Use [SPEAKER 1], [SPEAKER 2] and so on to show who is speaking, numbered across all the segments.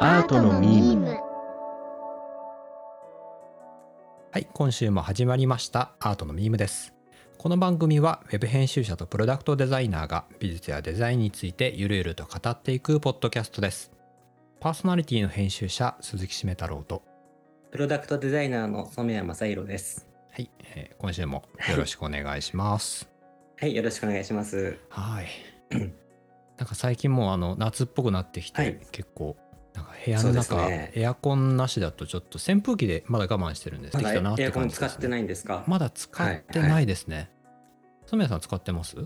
[SPEAKER 1] アートのミーム
[SPEAKER 2] はい、今週も始まりましたアートのミームです。この番組はウェブ編集者とプロダクトデザイナーが美術やデザインについてゆるゆると語っていくポッドキャストです。パーソナリティの編集者鈴木しめ太郎と、
[SPEAKER 3] プロダクトデザイナーの染谷正宏です。
[SPEAKER 2] はい、えー今週もよろしくお願いします。
[SPEAKER 3] はい、よろしくお願いします。
[SPEAKER 2] はい。なんか最近もうあの夏っぽくなってきて、
[SPEAKER 3] はい
[SPEAKER 2] 結構なんか部屋
[SPEAKER 3] そ
[SPEAKER 2] の
[SPEAKER 3] うです
[SPEAKER 2] 中、
[SPEAKER 3] ね
[SPEAKER 2] エアコンなしだとちょっと扇風機でまだ我慢してるんです
[SPEAKER 3] ま
[SPEAKER 2] できたな
[SPEAKER 3] だ
[SPEAKER 2] っ
[SPEAKER 3] エ
[SPEAKER 2] て
[SPEAKER 3] アコ
[SPEAKER 2] 感
[SPEAKER 3] ン
[SPEAKER 2] じ
[SPEAKER 3] 使
[SPEAKER 2] で
[SPEAKER 3] っ
[SPEAKER 2] す
[SPEAKER 3] て
[SPEAKER 2] ね。
[SPEAKER 3] ないんですか、
[SPEAKER 2] まだ使ってないですね。染谷さん使ってます？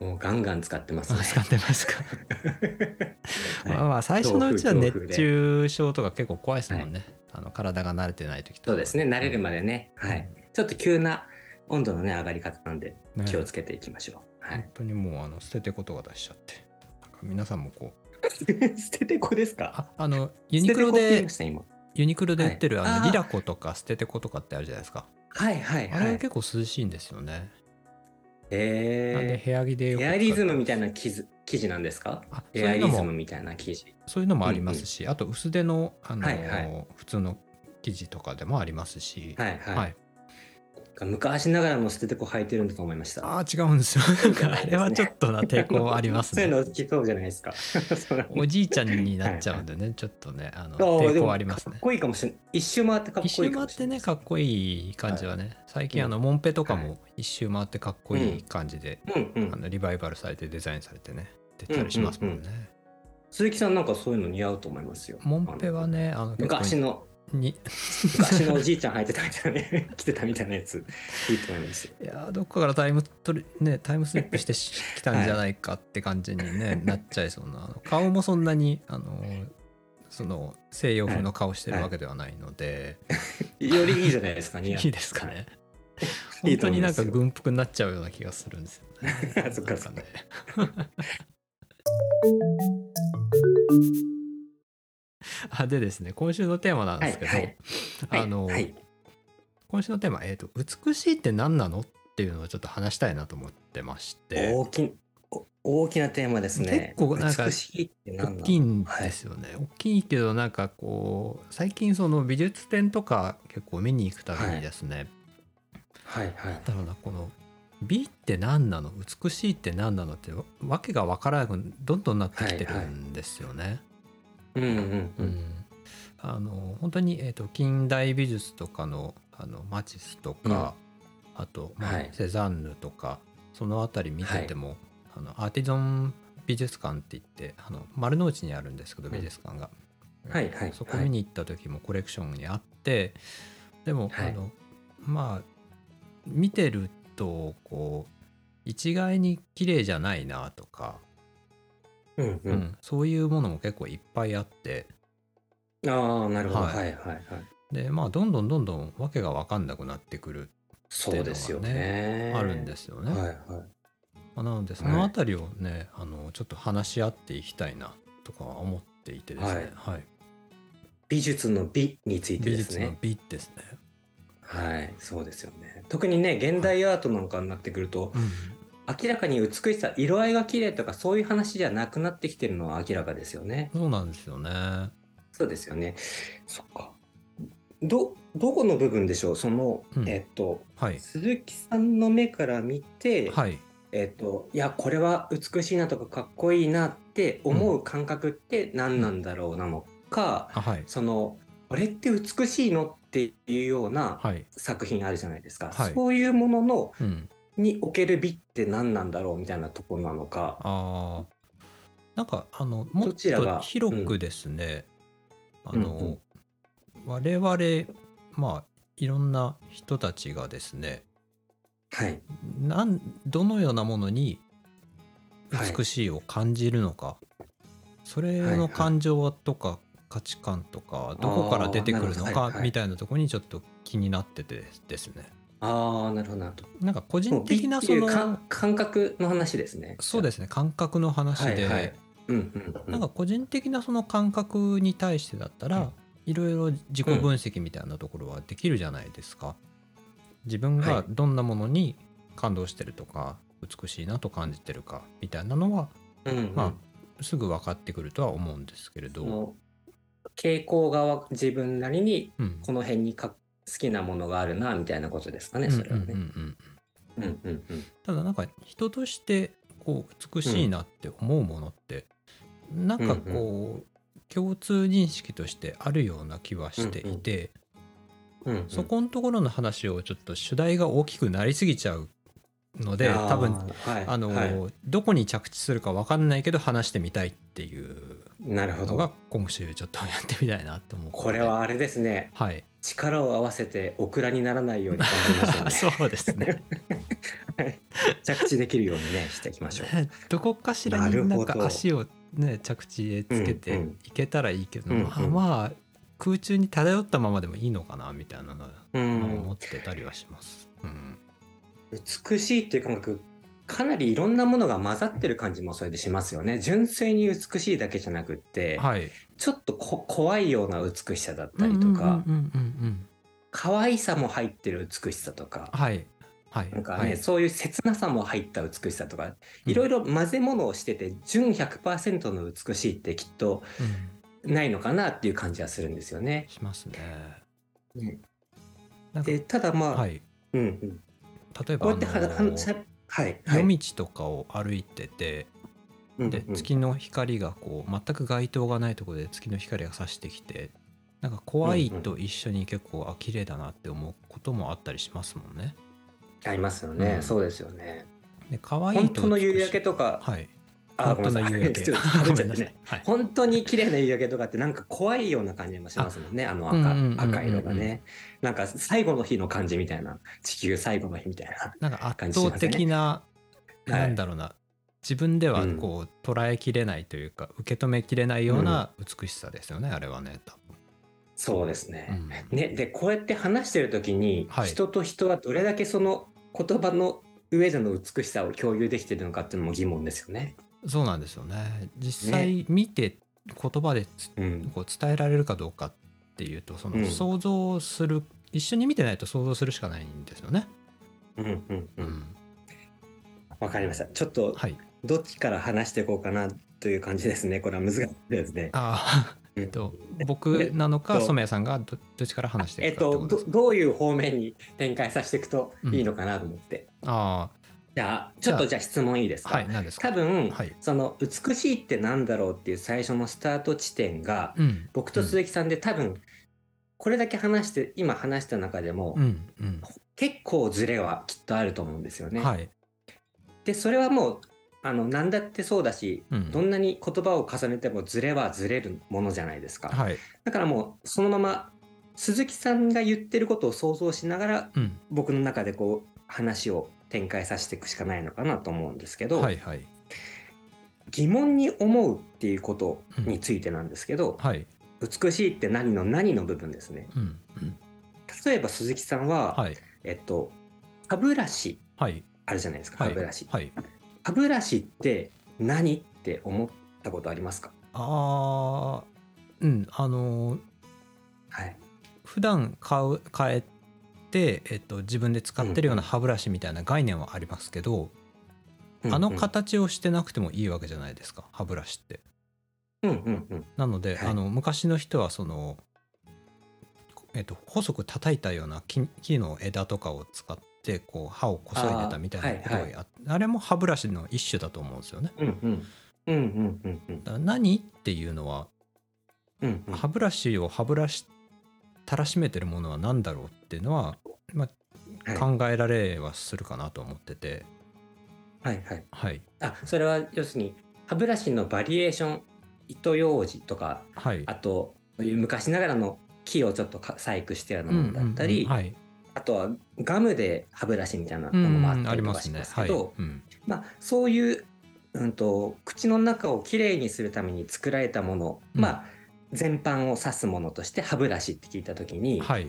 [SPEAKER 3] もうガンガン使ってます、
[SPEAKER 2] あ使ってますか。まあ
[SPEAKER 3] はい
[SPEAKER 2] まあ最初のうちは
[SPEAKER 3] 強風強風
[SPEAKER 2] 熱
[SPEAKER 3] で
[SPEAKER 2] 中症とか結構怖いですもんね。あの体が慣れてない時とか。
[SPEAKER 3] そうですね、慣れるまでね、はい。ちょっと急な温度のね、上がり方なんで、
[SPEAKER 2] ね
[SPEAKER 3] 気をつけていきましょう。は
[SPEAKER 2] 本当にもうあの捨ててことが出しちゃって。なんか皆さんもこう
[SPEAKER 3] い。 捨ててこですか
[SPEAKER 2] ああのユニクロ
[SPEAKER 3] 捨ててこって言い
[SPEAKER 2] で
[SPEAKER 3] ました、今。
[SPEAKER 2] ユニクロで売ってる
[SPEAKER 3] はい
[SPEAKER 2] あ
[SPEAKER 3] あ
[SPEAKER 2] の
[SPEAKER 3] ー
[SPEAKER 2] リラコとか捨ててことかってあるじゃないですか。
[SPEAKER 3] はいはい
[SPEAKER 2] あれ
[SPEAKER 3] は。
[SPEAKER 2] はい結構涼しいんですよね。なんで
[SPEAKER 3] え
[SPEAKER 2] 部屋着でよく使っ
[SPEAKER 3] ー、エ
[SPEAKER 2] て
[SPEAKER 3] アリズムみたいな記事記事なんですか
[SPEAKER 2] あそう
[SPEAKER 3] エア
[SPEAKER 2] いう
[SPEAKER 3] リ
[SPEAKER 2] の
[SPEAKER 3] ズム
[SPEAKER 2] も
[SPEAKER 3] みたいな記事。
[SPEAKER 2] そういうのもありますし、あと薄手のあの、
[SPEAKER 3] はいはい
[SPEAKER 2] 普通の生地とかでもありますし。
[SPEAKER 3] はいはい。
[SPEAKER 2] はい
[SPEAKER 3] 昔ながらの捨ててこ履いてるんだと思いました。
[SPEAKER 2] ああ、違うんですよ。 なんかあれはちょっとな抵抗あります
[SPEAKER 3] そういう
[SPEAKER 2] ね。
[SPEAKER 3] の好きそうじゃないですか。 そうなんだ
[SPEAKER 2] おじいちゃんになっちゃうんでね、ちょっとね、あの
[SPEAKER 3] あー
[SPEAKER 2] 抵
[SPEAKER 3] で
[SPEAKER 2] 抗
[SPEAKER 3] も
[SPEAKER 2] あります
[SPEAKER 3] か
[SPEAKER 2] ね
[SPEAKER 3] っ。こいいかもしれない。一周回ってかっ
[SPEAKER 2] 一
[SPEAKER 3] こいい
[SPEAKER 2] 周
[SPEAKER 3] か
[SPEAKER 2] 回
[SPEAKER 3] も
[SPEAKER 2] っ
[SPEAKER 3] しれ
[SPEAKER 2] て
[SPEAKER 3] ない。
[SPEAKER 2] ね、かっこいい感じはね、最近あの、
[SPEAKER 3] うん
[SPEAKER 2] モンペとか
[SPEAKER 3] は
[SPEAKER 2] も一周回ってかっこいい感じで、
[SPEAKER 3] うんう
[SPEAKER 2] あ
[SPEAKER 3] ん。
[SPEAKER 2] のリバイバルされてデザインされてね、出たりしますもんね。
[SPEAKER 3] うん鈴木さんなんかそういうの似合うと思いますよ。
[SPEAKER 2] モンペはね、あの
[SPEAKER 3] あの。昔の、
[SPEAKER 2] 結構に
[SPEAKER 3] 昔のおじいちゃん履いてたみたいなね、 着てたみたいなやつ、いいと思いますよ。
[SPEAKER 2] いやーどっかからタイム取り、ね、タイムスリップしてし来たんじゃないかって感じに、ねなっちゃいそうなあの顔もそんなに、あのーその西洋風の顔してるわけではないので、
[SPEAKER 3] よりいいじゃないですか、
[SPEAKER 2] い
[SPEAKER 3] 似合 う。
[SPEAKER 2] い、ですかね。
[SPEAKER 3] い
[SPEAKER 2] 本
[SPEAKER 3] いと
[SPEAKER 2] 当
[SPEAKER 3] 思
[SPEAKER 2] に
[SPEAKER 3] い
[SPEAKER 2] な
[SPEAKER 3] ま
[SPEAKER 2] ん
[SPEAKER 3] す
[SPEAKER 2] か
[SPEAKER 3] よ。
[SPEAKER 2] 軍服になっちゃうような気がするんですよ、ね
[SPEAKER 3] そっかそっか
[SPEAKER 2] なんね。 あでですね今週のテーマなんですけど、
[SPEAKER 3] はいはいはい
[SPEAKER 2] あのー
[SPEAKER 3] はい。
[SPEAKER 2] 今週のテーマ、えーと「美しいって何なの?」っていうのをちょっと話したいなと思ってまして。
[SPEAKER 3] 大きお大きなテーマですね。
[SPEAKER 2] 結構なんか
[SPEAKER 3] 美しいって
[SPEAKER 2] 大
[SPEAKER 3] 何なの
[SPEAKER 2] きいんですよね、大きいけどなんかこう最近その美術展とか結構見に行くたびにですね、
[SPEAKER 3] はいはい。
[SPEAKER 2] なんだろうなこの美って何なの美しいって何なのってわわけが分からなくどんどんなってきてるんですよね。
[SPEAKER 3] うんうんう。
[SPEAKER 2] うんんあの本当に、えー、と近代美術とかのあのマチスとか、あと、まあ
[SPEAKER 3] はい
[SPEAKER 2] セザンヌとかその辺り見てても、あのアーティゾン美術館って言ってあの丸の内にあるんですけど
[SPEAKER 3] うん
[SPEAKER 2] 美術館が、
[SPEAKER 3] はいはい。
[SPEAKER 2] そこ見に行った時もコレクションにあって、でも、
[SPEAKER 3] はい
[SPEAKER 2] あのまあ見てるとこう一概に綺麗じゃないなとか、
[SPEAKER 3] はいうん
[SPEAKER 2] う
[SPEAKER 3] うん。
[SPEAKER 2] んそういうものも結構いっぱいあって
[SPEAKER 3] ああ、なるほど。
[SPEAKER 2] は
[SPEAKER 3] はいいはいはい。
[SPEAKER 2] でまあどんどんどんどんわけが分かんなくなってくる、
[SPEAKER 3] そうですよね。
[SPEAKER 2] あるん
[SPEAKER 3] す
[SPEAKER 2] ですよね。
[SPEAKER 3] はい
[SPEAKER 2] ま
[SPEAKER 3] はい。
[SPEAKER 2] あなのでそのあたりをね、あのちょっと話し合っていきたいなとか思っていてですね、はい
[SPEAKER 3] 美術の美について
[SPEAKER 2] 美
[SPEAKER 3] です
[SPEAKER 2] 術の
[SPEAKER 3] ね。
[SPEAKER 2] 美ですね。
[SPEAKER 3] はい、そうですよね。特にね、現代アートなんかになってくると、明らかに美しさ、色合いが綺麗とかそういう話じゃなくなってきてるのは明らかですよね。
[SPEAKER 2] そうなんですよね。
[SPEAKER 3] そうですよね。そっか。ど、どこの部分でしょうその、
[SPEAKER 2] うん
[SPEAKER 3] えっと、
[SPEAKER 2] はい、
[SPEAKER 3] 鈴木さんの目から見て、
[SPEAKER 2] はい
[SPEAKER 3] えっと、いや、これは美しいなとかかっこいいなって思う感覚って何なんだろうなのか、
[SPEAKER 2] あはい
[SPEAKER 3] その、これって美しいのっていうような、
[SPEAKER 2] はい、
[SPEAKER 3] 作品あるじゃないですか、
[SPEAKER 2] はい
[SPEAKER 3] そういうものの
[SPEAKER 2] うん、
[SPEAKER 3] における美って何なんだろうみたいなところなのか
[SPEAKER 2] あーなんかあのもっ
[SPEAKER 3] どちら
[SPEAKER 2] と
[SPEAKER 3] が
[SPEAKER 2] 広くですね、
[SPEAKER 3] うん
[SPEAKER 2] あの、
[SPEAKER 3] うん
[SPEAKER 2] 我々まあいろんな人たちがですね
[SPEAKER 3] はい
[SPEAKER 2] なんどのようなものに
[SPEAKER 3] はい
[SPEAKER 2] 美しいを感じるのか、それ
[SPEAKER 3] はいは
[SPEAKER 2] の
[SPEAKER 3] い
[SPEAKER 2] 感情とか価値観とかどこから出てくるの
[SPEAKER 3] あーなるほどはい
[SPEAKER 2] か
[SPEAKER 3] はい
[SPEAKER 2] みたいなところにちょっと気になっててですね
[SPEAKER 3] ああなるほどなるほ
[SPEAKER 2] なんか個
[SPEAKER 3] ど
[SPEAKER 2] 人的
[SPEAKER 3] もう
[SPEAKER 2] な
[SPEAKER 3] 美って
[SPEAKER 2] そ
[SPEAKER 3] いう
[SPEAKER 2] の
[SPEAKER 3] 感感覚の話ですね
[SPEAKER 2] そうですすね感覚の話
[SPEAKER 3] はい
[SPEAKER 2] で、
[SPEAKER 3] はいうんうんうん
[SPEAKER 2] なんか個人的なその感覚に対してだったら、
[SPEAKER 3] うん
[SPEAKER 2] いろいろ自己分析みたいなところはできるじゃないですか。自分
[SPEAKER 3] は
[SPEAKER 2] が
[SPEAKER 3] い
[SPEAKER 2] どんなものに感動してるとか美しいなと感じてるかみたいなのは
[SPEAKER 3] うんうん
[SPEAKER 2] ますぐ分かってくるとは思うんですけれ
[SPEAKER 3] そ
[SPEAKER 2] ど、
[SPEAKER 3] の傾向側自分なりに
[SPEAKER 2] うん
[SPEAKER 3] この辺にか好きなものがあるなみたいなことですかねそれは
[SPEAKER 2] うん
[SPEAKER 3] ね
[SPEAKER 2] う。んうんうん
[SPEAKER 3] うんうんうん
[SPEAKER 2] ただなんか人としてこう美しいなって思うものって、なんかこう、共通認識としてあるような気はしていて、
[SPEAKER 3] うんうん
[SPEAKER 2] そこのところの話をちょっと主題が大きくなりすぎちゃうので
[SPEAKER 3] あー
[SPEAKER 2] 多分
[SPEAKER 3] はい
[SPEAKER 2] あの、
[SPEAKER 3] はい
[SPEAKER 2] どこに着地するか分かんないけど話してみたいっていう
[SPEAKER 3] なるほ
[SPEAKER 2] の
[SPEAKER 3] ど
[SPEAKER 2] が今週ちょっとやってみたいなと思う
[SPEAKER 3] これ
[SPEAKER 2] ので
[SPEAKER 3] はあれですね
[SPEAKER 2] はい
[SPEAKER 3] 力を合わせてオクラにならないように頑張り ましょうね
[SPEAKER 2] そうですね
[SPEAKER 3] 着地できるようにねしていきましょう。
[SPEAKER 2] ねどこかしら
[SPEAKER 3] なる
[SPEAKER 2] にな
[SPEAKER 3] ほど
[SPEAKER 2] んか足をね着地へつけ
[SPEAKER 3] うん
[SPEAKER 2] て
[SPEAKER 3] うん
[SPEAKER 2] いけたらいいけど、
[SPEAKER 3] うんうん
[SPEAKER 2] まあまあ空中に漂ったままでもいいのかなみたいなのは
[SPEAKER 3] う
[SPEAKER 2] 思
[SPEAKER 3] ん、
[SPEAKER 2] ってたりはします。うん
[SPEAKER 3] 美しいっていう感覚かなりいろんなものが混ざってる感じもそれでしますよね。純粋に美しいだけじゃなくって、
[SPEAKER 2] はい、
[SPEAKER 3] ちょっとこ怖いような美しさだったり
[SPEAKER 2] う
[SPEAKER 3] とか、
[SPEAKER 2] んうんうんうん
[SPEAKER 3] 可愛さも入ってる美しさとか
[SPEAKER 2] うん、はいはい
[SPEAKER 3] なんかね、
[SPEAKER 2] はい
[SPEAKER 3] そういう切なさも入った美しさとか、いろいろ混ぜ物をしてて、純100%の美しいってきっと
[SPEAKER 2] うん
[SPEAKER 3] ないのかなっていう感じはするんですよね。
[SPEAKER 2] しますね。
[SPEAKER 3] ね
[SPEAKER 2] なんか
[SPEAKER 3] で、ただまあ、
[SPEAKER 2] はい、
[SPEAKER 3] うんうん、
[SPEAKER 2] 例えば
[SPEAKER 3] こう
[SPEAKER 2] あ
[SPEAKER 3] や
[SPEAKER 2] の
[SPEAKER 3] ってははしゃはい、はい、
[SPEAKER 2] 夜道とかを歩いてて、
[SPEAKER 3] うん
[SPEAKER 2] で
[SPEAKER 3] うん
[SPEAKER 2] 月の光がこう全く街灯がないところで月の光が差してきてなんか怖いと一緒に結構あ綺麗だなって思うこともあったりしますもんね。
[SPEAKER 3] ありますよね、
[SPEAKER 2] うん
[SPEAKER 3] そうですよね。
[SPEAKER 2] で可愛い
[SPEAKER 3] 本
[SPEAKER 2] と
[SPEAKER 3] 当の夕焼け
[SPEAKER 2] と
[SPEAKER 3] とか、
[SPEAKER 2] はい
[SPEAKER 3] あ
[SPEAKER 2] 本当の夕焼け
[SPEAKER 3] ちょっと食べ
[SPEAKER 2] ご
[SPEAKER 3] ち
[SPEAKER 2] めん
[SPEAKER 3] ゃっ
[SPEAKER 2] な
[SPEAKER 3] て
[SPEAKER 2] さ
[SPEAKER 3] ね
[SPEAKER 2] い。はい、
[SPEAKER 3] 本当に綺麗な夕焼けとかってなんか怖いような感じもしますもんねあの赤,、
[SPEAKER 2] うんうんうんうん
[SPEAKER 3] 赤色がねなんか最後の日の感じみたいな地球最後の日みたい
[SPEAKER 2] な
[SPEAKER 3] な
[SPEAKER 2] んか
[SPEAKER 3] 感
[SPEAKER 2] 圧
[SPEAKER 3] じしますね
[SPEAKER 2] 倒的な、
[SPEAKER 3] はい
[SPEAKER 2] なんだろうな自分ではこう捉えきれないというか、受け止めきれないような美しさですよね、あれはね多
[SPEAKER 3] そうですね、
[SPEAKER 2] 分。
[SPEAKER 3] ねでこうやって話してる時に、
[SPEAKER 2] はい
[SPEAKER 3] 人と人はどれだけその言葉の上での美しさを共有できてるのかっていうのも疑問ですよね。
[SPEAKER 2] そうなんですよね実際見て言葉でつ
[SPEAKER 3] うん、
[SPEAKER 2] こう伝えられるかどうかっていうとそ
[SPEAKER 3] うん
[SPEAKER 2] の想像する、一緒に見てないと想像するしかないんですよね。
[SPEAKER 3] うん、うん、う。
[SPEAKER 2] うんん
[SPEAKER 3] わかりました。ちょっと
[SPEAKER 2] はい、
[SPEAKER 3] どっちから話していこうかなという感じですね。これは難しいですね。
[SPEAKER 2] あーえっと僕なの
[SPEAKER 3] え
[SPEAKER 2] か
[SPEAKER 3] っと
[SPEAKER 2] 染谷さんがどどっちから話して
[SPEAKER 3] え
[SPEAKER 2] い
[SPEAKER 3] っ
[SPEAKER 2] くかって
[SPEAKER 3] と、
[SPEAKER 2] ことで
[SPEAKER 3] ど
[SPEAKER 2] すか、
[SPEAKER 3] どういう方面に展開させていくといいのかなと思って、
[SPEAKER 2] あ
[SPEAKER 3] じゃあちょっとじゃあ質問いいです
[SPEAKER 2] あ
[SPEAKER 3] か、
[SPEAKER 2] はい何ですか
[SPEAKER 3] 多分、
[SPEAKER 2] はい
[SPEAKER 3] その美しいってなんだろうっていう最初のスタート地点が、
[SPEAKER 2] うん
[SPEAKER 3] 僕と鈴木さんで多分これだけ話して今話した中でも、
[SPEAKER 2] うんうん、
[SPEAKER 3] 結構ズレはきっとあると思うんですよね。
[SPEAKER 2] はい、
[SPEAKER 3] でそれはもうあの何だってそうだし
[SPEAKER 2] うん
[SPEAKER 3] どんなに言葉を重ねてもズレはズレるものじゃないですか。
[SPEAKER 2] はい
[SPEAKER 3] だからもうそのまま鈴木さんが言ってることを想像しながら
[SPEAKER 2] うん、
[SPEAKER 3] 僕の中でこう話を展開させていくしかないのかなと思うんですけど、
[SPEAKER 2] はいはい
[SPEAKER 3] 疑問に思うっていうことについてなんですけど、
[SPEAKER 2] はい
[SPEAKER 3] 美しいって何の何の部分ですね
[SPEAKER 2] うんうん
[SPEAKER 3] 例えば鈴木さんは、
[SPEAKER 2] はい
[SPEAKER 3] えっと歯ブラシ
[SPEAKER 2] はい
[SPEAKER 3] あるじゃないですか
[SPEAKER 2] は
[SPEAKER 3] 歯
[SPEAKER 2] い
[SPEAKER 3] ブラシ、
[SPEAKER 2] はい
[SPEAKER 3] 歯ブラシって何って思ったことありますか
[SPEAKER 2] あーうんあのー
[SPEAKER 3] はい
[SPEAKER 2] 普段買う買えて、えっと、自分で使ってるような歯ブラシみたいな概念はありますけど、あの
[SPEAKER 3] 方
[SPEAKER 2] 形をしてなくてもいいわけじゃないですか歯ブラシって。
[SPEAKER 3] うんうんうん
[SPEAKER 2] なので、
[SPEAKER 3] はい
[SPEAKER 2] あの昔の人はその、えっと、細く叩いたような木木の枝とかを使ってこう歯をこそいでたみたいなことが
[SPEAKER 3] あー
[SPEAKER 2] あ,、
[SPEAKER 3] はい
[SPEAKER 2] あれも歯ブラシの一種だと思うんですよね。
[SPEAKER 3] うんうんうんうんうんうん
[SPEAKER 2] だから何っていうのは
[SPEAKER 3] うんうん
[SPEAKER 2] 歯ブラシを歯ブラシたらしめてるものは何だろうっていうのは、まあ、
[SPEAKER 3] は
[SPEAKER 2] 考
[SPEAKER 3] い
[SPEAKER 2] えられはするかなと思ってて、
[SPEAKER 3] はいはい
[SPEAKER 2] はい、
[SPEAKER 3] あそれは要するに歯ブラシのバリエーション糸ようじとか
[SPEAKER 2] はい、
[SPEAKER 3] あとそういう昔ながらの木をちょっとか細工してあるものだったり、
[SPEAKER 2] うんうんうんはい、
[SPEAKER 3] あとはガムで歯ブラシみたいな
[SPEAKER 2] う
[SPEAKER 3] もの
[SPEAKER 2] ん
[SPEAKER 3] もあった
[SPEAKER 2] あ
[SPEAKER 3] り
[SPEAKER 2] り
[SPEAKER 3] と
[SPEAKER 2] ま
[SPEAKER 3] か
[SPEAKER 2] す
[SPEAKER 3] し
[SPEAKER 2] ね。
[SPEAKER 3] ます
[SPEAKER 2] は
[SPEAKER 3] け
[SPEAKER 2] い、
[SPEAKER 3] ど
[SPEAKER 2] うん、
[SPEAKER 3] まあ、そういう、うん、と口の中をきれいにするために作られたもの、
[SPEAKER 2] うん
[SPEAKER 3] まあ全般を指すものとして歯ブラシって聞いた時に、
[SPEAKER 2] はい、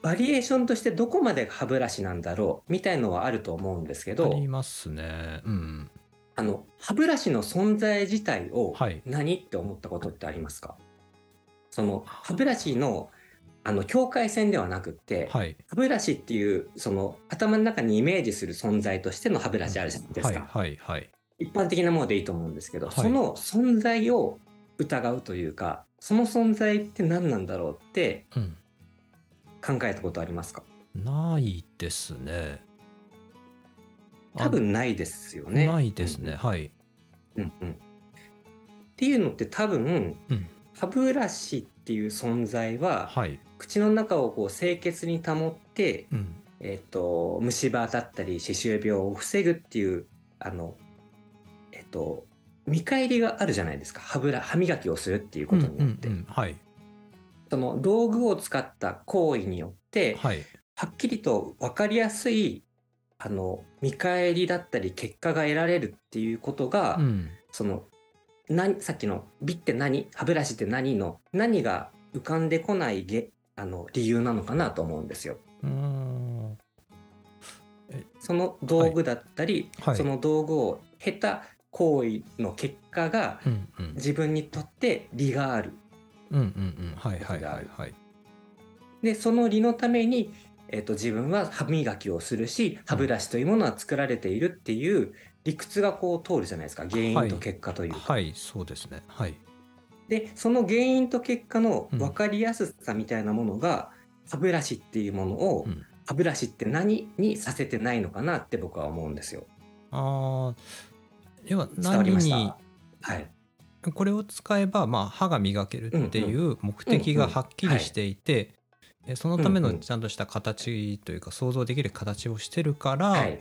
[SPEAKER 3] バリエーションとしてどこまでが歯ブラシなんだろうみたいのはあると思うんですけ
[SPEAKER 2] あ
[SPEAKER 3] ど
[SPEAKER 2] りますね。うん、
[SPEAKER 3] あの歯ブラシの存在自体を
[SPEAKER 2] はい、
[SPEAKER 3] 何って思ったことってありますかその歯ブラシのあの境界線ではなくって、
[SPEAKER 2] はい、
[SPEAKER 3] 歯ブラシっていうその頭の中にイメージする存在としての歯ブラシあるじゃないですか、
[SPEAKER 2] はい、はい、はい、
[SPEAKER 3] 一般的なものでいいと思うんですけど、
[SPEAKER 2] はい
[SPEAKER 3] その存在を疑うというか、その存在って何なんだろうって
[SPEAKER 2] うん
[SPEAKER 3] 考えたことありますか
[SPEAKER 2] ないですね
[SPEAKER 3] 多分ないですよね。
[SPEAKER 2] ないですね、はい、
[SPEAKER 3] うんうん。っていうのって多分、
[SPEAKER 2] うん
[SPEAKER 3] 歯ブラシっていう存在は、
[SPEAKER 2] はい、
[SPEAKER 3] 口の中をこう清潔に保って、
[SPEAKER 2] うん、
[SPEAKER 3] えっ、と、虫歯だったり、歯周病を防ぐっていう、あの、えっ、と、見返りがあるじゃないですか。歯ブラ、歯磨きをするっていうことによって。
[SPEAKER 2] うんうんうん、はい
[SPEAKER 3] その道具を使った行為によって、
[SPEAKER 2] はい
[SPEAKER 3] はっきりと分かりやすい、あの、見返りだったり、結果が得られるっていうことが、
[SPEAKER 2] うん
[SPEAKER 3] その、何、さっきの、美って何歯ブラシって何の、何が浮かんでこないげ、あの、理由なのかなと思うんですよ。
[SPEAKER 2] うーん
[SPEAKER 3] その道具だったり、
[SPEAKER 2] はい
[SPEAKER 3] その道具を経た行為の結果が、
[SPEAKER 2] うんうん
[SPEAKER 3] 自分にとって利がある。
[SPEAKER 2] うんうんうんはいはいはいはい
[SPEAKER 3] で、その利のために、えっと、自分は歯磨きをするし、歯ブラシというものは作られているっていう理屈がこう通るじゃないですか。原因と結果というか。
[SPEAKER 2] はいそうですねはい
[SPEAKER 3] で、その原因と結果の分かりやすさみたいなものが、歯ブラシっていうものを、
[SPEAKER 2] うん
[SPEAKER 3] 歯ブラシって何にさせてないのかなって僕は思うんですよ。
[SPEAKER 2] あー要は
[SPEAKER 3] 伝わ
[SPEAKER 2] 何
[SPEAKER 3] りまし
[SPEAKER 2] に
[SPEAKER 3] た。はい。
[SPEAKER 2] これを使えば、まあ、歯が磨けるっていう目的がはっきりしていて、えそのため
[SPEAKER 3] う
[SPEAKER 2] の
[SPEAKER 3] んうん
[SPEAKER 2] ちゃんとした形というか想像できる形をしてるから、
[SPEAKER 3] はい。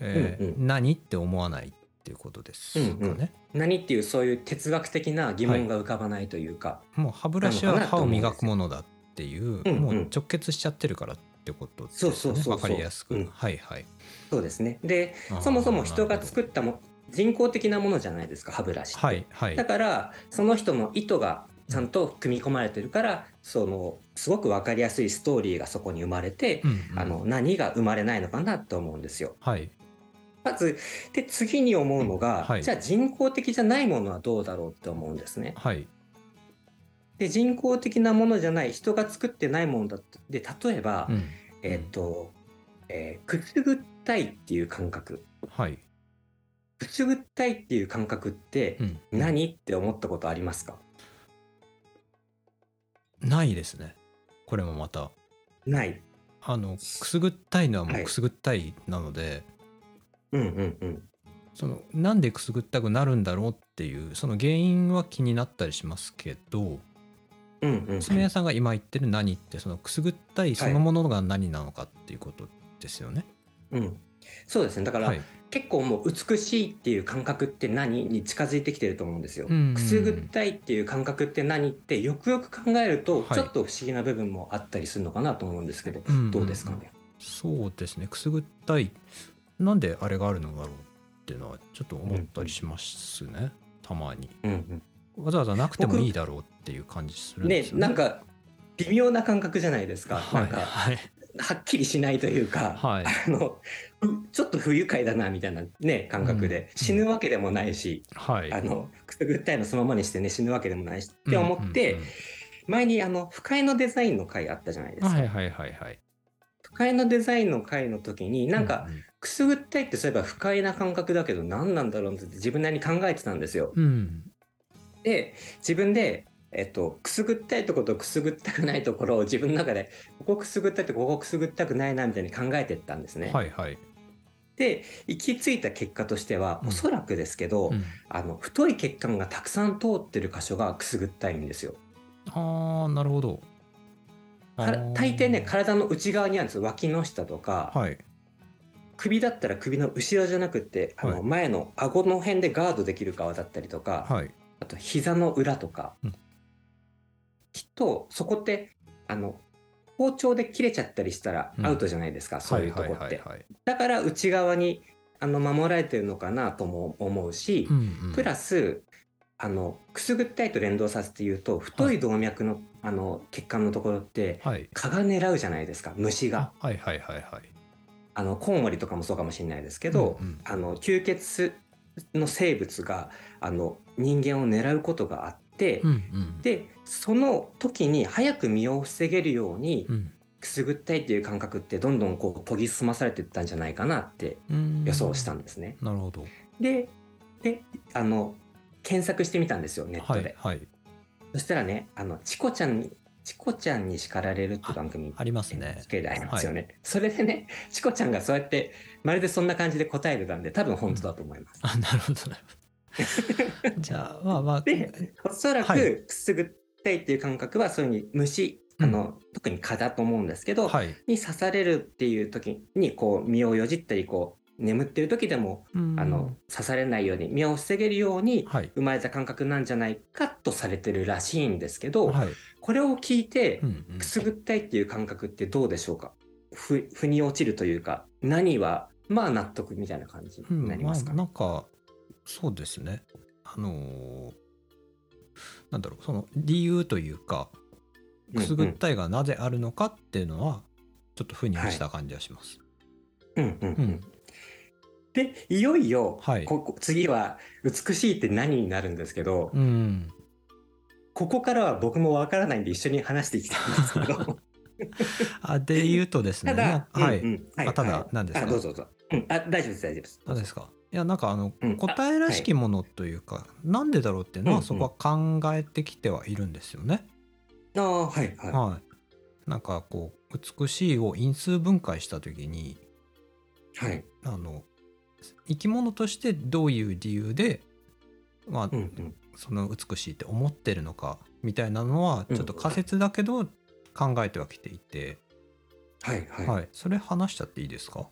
[SPEAKER 2] えー
[SPEAKER 3] うんう
[SPEAKER 2] 何って思わないっていうことですかね。
[SPEAKER 3] 何っていうそういう哲学的な疑問が浮かばないというか、
[SPEAKER 2] もう歯ブラシは
[SPEAKER 3] なのか
[SPEAKER 2] 歯
[SPEAKER 3] な
[SPEAKER 2] を
[SPEAKER 3] と思うんですよ
[SPEAKER 2] 磨くものだっていう、
[SPEAKER 3] うんうん
[SPEAKER 2] もう直結しちゃってるからってことですよね。
[SPEAKER 3] そうそうそうそう
[SPEAKER 2] わかりやすく。
[SPEAKER 3] うん
[SPEAKER 2] はいはい。
[SPEAKER 3] そうですねで
[SPEAKER 2] あー
[SPEAKER 3] そもそも人が作
[SPEAKER 2] なる
[SPEAKER 3] ったも人工的なものじゃないですか歯ブラシっ
[SPEAKER 2] ほ
[SPEAKER 3] て、
[SPEAKER 2] どはいはい
[SPEAKER 3] だ。からその人の意図がちゃんと組み込まれてるからそのすごく分かりやすいストーリーがそこに生まれて、
[SPEAKER 2] うんうん
[SPEAKER 3] あの何が生まれないのかなと思うんですよ。
[SPEAKER 2] はい
[SPEAKER 3] まずで次に思うのが、
[SPEAKER 2] はい
[SPEAKER 3] じゃあ人工的じゃないものはどうだろうって思うんですね。
[SPEAKER 2] はい
[SPEAKER 3] で人工的なものじゃない人が作ってないものだとで例えば、
[SPEAKER 2] うん
[SPEAKER 3] えっと、えーくすぐったいっていう感覚。
[SPEAKER 2] はい。
[SPEAKER 3] くすぐったいっていう感覚って
[SPEAKER 2] うん
[SPEAKER 3] 何って思ったことありますか
[SPEAKER 2] ないですね。これもまた。
[SPEAKER 3] ない。
[SPEAKER 2] あのくすぐったいのはも
[SPEAKER 3] は
[SPEAKER 2] う
[SPEAKER 3] い
[SPEAKER 2] くすぐったいなので、
[SPEAKER 3] うんうんうん。
[SPEAKER 2] そのなんでくすぐったくなるんだろうっていうその原因は気になったりしますけど
[SPEAKER 3] うんうんうん。
[SPEAKER 2] 爪屋さんが今言ってる何ってそのくすぐったいそのものが何なのかっていうことですよね。
[SPEAKER 3] うん。そうですね。だから、
[SPEAKER 2] はい。
[SPEAKER 3] 結構もう美しいっていう感覚って何に近づいてきてると思うんですよ。
[SPEAKER 2] うんうん
[SPEAKER 3] くすぐったいっていう感覚って何ってよくよく考えると
[SPEAKER 2] はい
[SPEAKER 3] ちょっと不思議な部分もあったりするのかなと思うんですけど、
[SPEAKER 2] うんうんうん
[SPEAKER 3] どうですかね。
[SPEAKER 2] そうですね。くすぐったいなんであれがあるのだろうっていうのはちょっと思ったりしますね。たまに
[SPEAKER 3] うんうん
[SPEAKER 2] わざわざなくてもいいだろうっていう感じするんで
[SPEAKER 3] ね
[SPEAKER 2] すよね。
[SPEAKER 3] なんか微妙な感覚じゃないですか。
[SPEAKER 2] はい
[SPEAKER 3] なんか
[SPEAKER 2] はい
[SPEAKER 3] はっきりしないというか、
[SPEAKER 2] はい
[SPEAKER 3] あのうちょっと不愉快だなみたいなね感覚で、
[SPEAKER 2] うん
[SPEAKER 3] 死ぬわけでもないし、
[SPEAKER 2] はい。
[SPEAKER 3] あのくすぐったいのそのままにしてね死ぬわけでもないしって思って、
[SPEAKER 2] うんうん
[SPEAKER 3] 前にあの不快のデザインの回あったじゃないです
[SPEAKER 2] うん
[SPEAKER 3] か、
[SPEAKER 2] はいはいはいはい。
[SPEAKER 3] 不快のデザインの回の時に なんか、
[SPEAKER 2] うんうん
[SPEAKER 3] くすぐったいってそういえば不快な感覚だけど何なんだろうって自分なりに考えてたんですよ。
[SPEAKER 2] うん、
[SPEAKER 3] で自分でえっと、くすぐったいとことくすぐったくないところを自分の中でここくすぐったいとここくすぐったくないなみたいに考えてったんですね。
[SPEAKER 2] はいはい。
[SPEAKER 3] で行き着いた結果としては、
[SPEAKER 2] うん
[SPEAKER 3] おそらくですけど、
[SPEAKER 2] うん
[SPEAKER 3] あの太い血管がたくさん通ってる箇所がくすぐったいんですよ。
[SPEAKER 2] ああ、なるほど。
[SPEAKER 3] から
[SPEAKER 2] あー
[SPEAKER 3] 大抵ね体の内側にあるんですよ脇の下とか、
[SPEAKER 2] はい。
[SPEAKER 3] 首だったら首の後ろじゃなくてあ
[SPEAKER 2] はい
[SPEAKER 3] の前の顎の辺でガードできる側だったりとか、
[SPEAKER 2] はい。
[SPEAKER 3] あと膝の裏とか、
[SPEAKER 2] うん
[SPEAKER 3] きっとそこってあの包丁で切れちゃったりしたら
[SPEAKER 2] うん
[SPEAKER 3] アウトじゃないですか、そういうとこ
[SPEAKER 2] は
[SPEAKER 3] って、
[SPEAKER 2] いはいはいはい。
[SPEAKER 3] だから内側にあの守られてるのかなとも思うし、
[SPEAKER 2] うんうん
[SPEAKER 3] プラスあのくすぐったいと連動させて言うと太い動脈の,、あの血管のところって
[SPEAKER 2] はい。
[SPEAKER 3] 蚊が狙うじゃないですか虫が
[SPEAKER 2] あはいはいはいはい。
[SPEAKER 3] あのコウモリとかもそうかもしれないですけど、
[SPEAKER 2] うんうん
[SPEAKER 3] あの吸血の生物があの人間を狙うことがあって、
[SPEAKER 2] うんうん、
[SPEAKER 3] でその時に早く身を防げるように
[SPEAKER 2] うん
[SPEAKER 3] くすぐったいっていう感覚ってどんどんこう研ぎ澄まされていったんじゃないかなって
[SPEAKER 2] うん
[SPEAKER 3] 予想したんですね。
[SPEAKER 2] なるほど。
[SPEAKER 3] でで、あの、検索してみたんですよ、ネット
[SPEAKER 2] は
[SPEAKER 3] で。
[SPEAKER 2] いはい
[SPEAKER 3] そしたらね、あの、チコちゃんに、チコちゃんに叱られるって番組、
[SPEAKER 2] ありますね
[SPEAKER 3] NHK でありますよね、それでね、チコちゃんがそうやって、まるでそんな感じで答えてたんで、多分本当だと思います。
[SPEAKER 2] あなるほどなるほど じゃあまあまあ
[SPEAKER 3] でおそら
[SPEAKER 2] はい
[SPEAKER 3] く、くすぐったいっていう感覚は、そういうふうに虫、
[SPEAKER 2] うん
[SPEAKER 3] あの、特に蚊だと思うんですけど、
[SPEAKER 2] はい、
[SPEAKER 3] に刺されるっていう時に、こう、身をよじったり、こう、眠ってる時でも、
[SPEAKER 2] うん
[SPEAKER 3] あの、刺されないように、身を防げるように、
[SPEAKER 2] はい
[SPEAKER 3] 生まれた感覚なんじゃないかとされてるらしいんですけど、
[SPEAKER 2] はい、
[SPEAKER 3] これを聞いて、
[SPEAKER 2] うんうん
[SPEAKER 3] くすぐったいっていう感覚ってどうでしょうかふ腑に落ちるというか何はまあ納得みたいな感じ
[SPEAKER 2] うん
[SPEAKER 3] になりますか、
[SPEAKER 2] あ、なんかそうですねあのーなんだろうその理由というか
[SPEAKER 3] うん
[SPEAKER 2] くすぐったいがなぜあるのかっていうのはちょっと腑に落ちた感じがします。
[SPEAKER 3] うんうんうん
[SPEAKER 2] うん
[SPEAKER 3] でいよいよ、
[SPEAKER 2] はい
[SPEAKER 3] ここ次は「美しいって何?」になるんですけど、
[SPEAKER 2] うん、
[SPEAKER 3] ここからは僕もわからないんで一緒に話していきたいんですけ ど
[SPEAKER 2] あで言うとですね
[SPEAKER 3] ただ、
[SPEAKER 2] なはい、
[SPEAKER 3] うんうんはい
[SPEAKER 2] あただ
[SPEAKER 3] はい
[SPEAKER 2] 何ですか
[SPEAKER 3] あどうぞどうぞ、うん、あ大丈夫です大丈夫です
[SPEAKER 2] 何ですかいやなんかあの、
[SPEAKER 3] うんあ
[SPEAKER 2] 答えらしきものというか、なんでだろうっていうの
[SPEAKER 3] う
[SPEAKER 2] は
[SPEAKER 3] んうん
[SPEAKER 2] そこは考えてきてはいるんですよね。
[SPEAKER 3] あーはいはい、
[SPEAKER 2] はい、なんかこう「美しい」を因数分解した時に
[SPEAKER 3] はい
[SPEAKER 2] あの生き物としてどういう理由で、まあ
[SPEAKER 3] うんうん、
[SPEAKER 2] その美しいって思ってるのかみたいなのは
[SPEAKER 3] うん
[SPEAKER 2] ちょっと仮説だけど考えてはきていて、
[SPEAKER 3] はいはい、
[SPEAKER 2] はい、それ話しちゃっていいですか、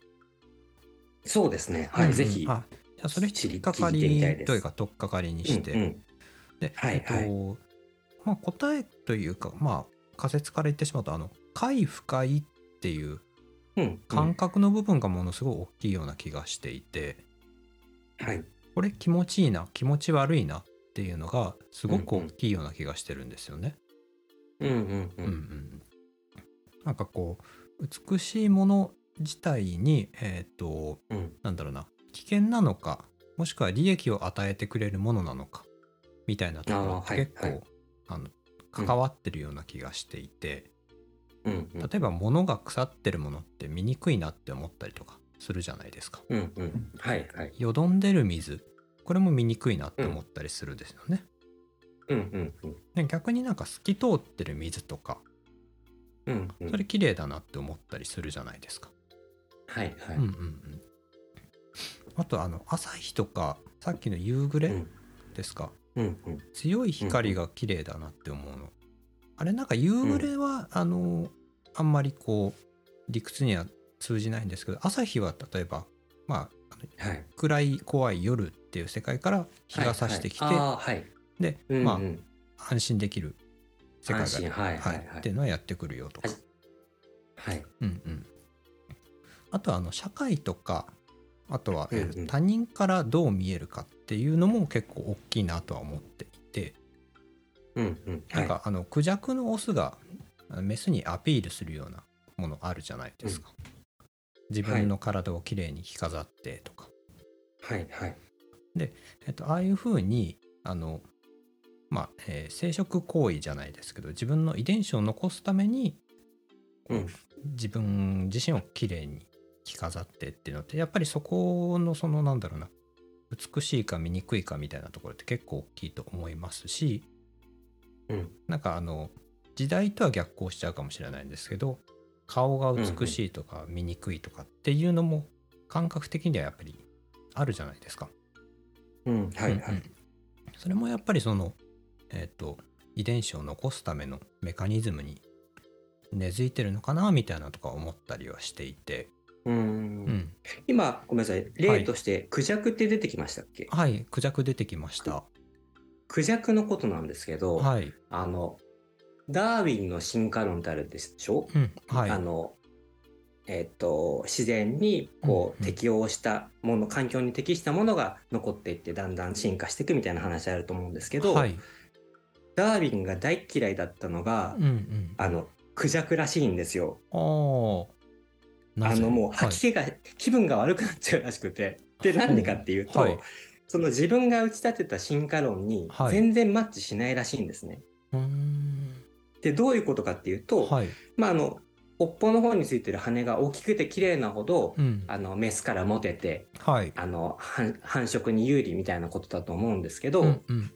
[SPEAKER 3] そうですねはい、
[SPEAKER 2] うん
[SPEAKER 3] ぜひ
[SPEAKER 2] あじゃあそれ
[SPEAKER 3] 知り
[SPEAKER 2] 引っかか
[SPEAKER 3] 聞いてみたい
[SPEAKER 2] り
[SPEAKER 3] です
[SPEAKER 2] というか取っかかりにして、
[SPEAKER 3] うんうん
[SPEAKER 2] で、
[SPEAKER 3] はいはい
[SPEAKER 2] えっとまあ、答えというか、まあ、仮説から言ってしまうとあの快不快っていう
[SPEAKER 3] うんうん
[SPEAKER 2] 感覚の部分がものすごい大きいような気がしていて、
[SPEAKER 3] はい
[SPEAKER 2] これ気持ちいいな気持ち悪いなっていうのがすごく大きいような気がしてるんですよね。
[SPEAKER 3] うんうんう
[SPEAKER 2] うんんうんなんかこう美しいもの自体にえっ、と
[SPEAKER 3] うん
[SPEAKER 2] なんだろうな危険なのかもしくは利益を与えてくれるものなのかみたいなところが
[SPEAKER 3] あーはい
[SPEAKER 2] 結構あ、
[SPEAKER 3] はい
[SPEAKER 2] の関わってるような気がしていて、
[SPEAKER 3] うん
[SPEAKER 2] 例えば物が腐ってるものって見にくいなって思ったりとかするじゃないですか。
[SPEAKER 3] うんうんはいはい
[SPEAKER 2] よどんでる水これも見にくいなって思ったりするんですよね。
[SPEAKER 3] うんうんうん
[SPEAKER 2] で逆になんか透き通ってる水とか
[SPEAKER 3] うんうん
[SPEAKER 2] それ綺麗だなって思ったりするじゃないですか。
[SPEAKER 3] はいはい
[SPEAKER 2] うんうんうん、あとあの朝日とかさっきの夕暮
[SPEAKER 3] う
[SPEAKER 2] れ
[SPEAKER 3] ん
[SPEAKER 2] ですか、
[SPEAKER 3] うんうん
[SPEAKER 2] 強い光が綺麗だなって思うの、あれなんか夕暮れは、あのあんまりこう理屈には通じないんですけど朝日は例えばまああの
[SPEAKER 3] はい
[SPEAKER 2] 暗い怖い夜っていう世界から日が差してきて、
[SPEAKER 3] はいはいあーはい
[SPEAKER 2] で、
[SPEAKER 3] うん
[SPEAKER 2] ま
[SPEAKER 3] う
[SPEAKER 2] あ
[SPEAKER 3] ん
[SPEAKER 2] 安心できる世界
[SPEAKER 3] 安心
[SPEAKER 2] が、
[SPEAKER 3] はいは
[SPEAKER 2] はいい
[SPEAKER 3] は
[SPEAKER 2] ってい
[SPEAKER 3] いう
[SPEAKER 2] のはやってくるよとか
[SPEAKER 3] は。はい
[SPEAKER 2] うんうん、あとはあの社会とかあとはえー
[SPEAKER 3] うんうん
[SPEAKER 2] 他人からどう見えるかっていうのも結構大きいなとは思っていて
[SPEAKER 3] うんうん
[SPEAKER 2] なん
[SPEAKER 3] は
[SPEAKER 2] かあのクジャクのオスがあのメスにアピールするようなものあるじゃないですか。自分の体をきれいに着飾ってとか、
[SPEAKER 3] いはいはい
[SPEAKER 2] えっと、ああいうふうにあの、まあえー生殖行為じゃないですけど自分の遺伝子を残すために
[SPEAKER 3] うん
[SPEAKER 2] 自分自身を綺麗に着飾ってっていうのってやっぱりそこのそのなんだろうな美しいか醜いかみたいなところって結構大きいと思いますし
[SPEAKER 3] うん
[SPEAKER 2] なんかあの時代とは逆行しちゃうかもしれないんですけど顔が美しいとか醜いとかっていうのも感覚的にはやっぱりあるじゃないですか。
[SPEAKER 3] うんはいは
[SPEAKER 2] うんう
[SPEAKER 3] い
[SPEAKER 2] んそれもやっぱりそのえっ、と遺伝子を残すためのメカニズムに根付いてるのかなみたいなとか思ったりはしていて、
[SPEAKER 3] う
[SPEAKER 2] うんん、
[SPEAKER 3] 今ごめんなさい例としてクジャクって出てきましたっけ
[SPEAKER 2] はいクジャク出てきました
[SPEAKER 3] クジャクのことなんですけど
[SPEAKER 2] はい
[SPEAKER 3] あのダーウィンの進化論ってあるでしょ
[SPEAKER 2] うんはい
[SPEAKER 3] あの、えっと自然に
[SPEAKER 2] う
[SPEAKER 3] こうん
[SPEAKER 2] うん
[SPEAKER 3] 適応したもの、環境に適したものが残っていってだんだん進化していくみたいな話あると思うんですけど、
[SPEAKER 2] はい
[SPEAKER 3] ダーウィンが大嫌いだったのが、
[SPEAKER 2] うんうん
[SPEAKER 3] あのクジャクらしいんですよ。
[SPEAKER 2] あーな
[SPEAKER 3] あ
[SPEAKER 2] ぜ
[SPEAKER 3] のもう
[SPEAKER 2] はい
[SPEAKER 3] 吐き気が、気分が悪くなっちゃうらしくてでなんでかっていうと、
[SPEAKER 2] はい
[SPEAKER 3] その自分が打ち立てた進化論に
[SPEAKER 2] はい
[SPEAKER 3] 全然マッチしないらしいんですね。
[SPEAKER 2] うーん
[SPEAKER 3] でどういうことかっていうと、
[SPEAKER 2] はい
[SPEAKER 3] まああの北方の方についてる羽が大きくて綺麗なほど、
[SPEAKER 2] うん
[SPEAKER 3] あのメスからモテて
[SPEAKER 2] はい
[SPEAKER 3] あの繁繁殖に有利みたいなことだと思うんですけど、
[SPEAKER 2] うんうんうんうん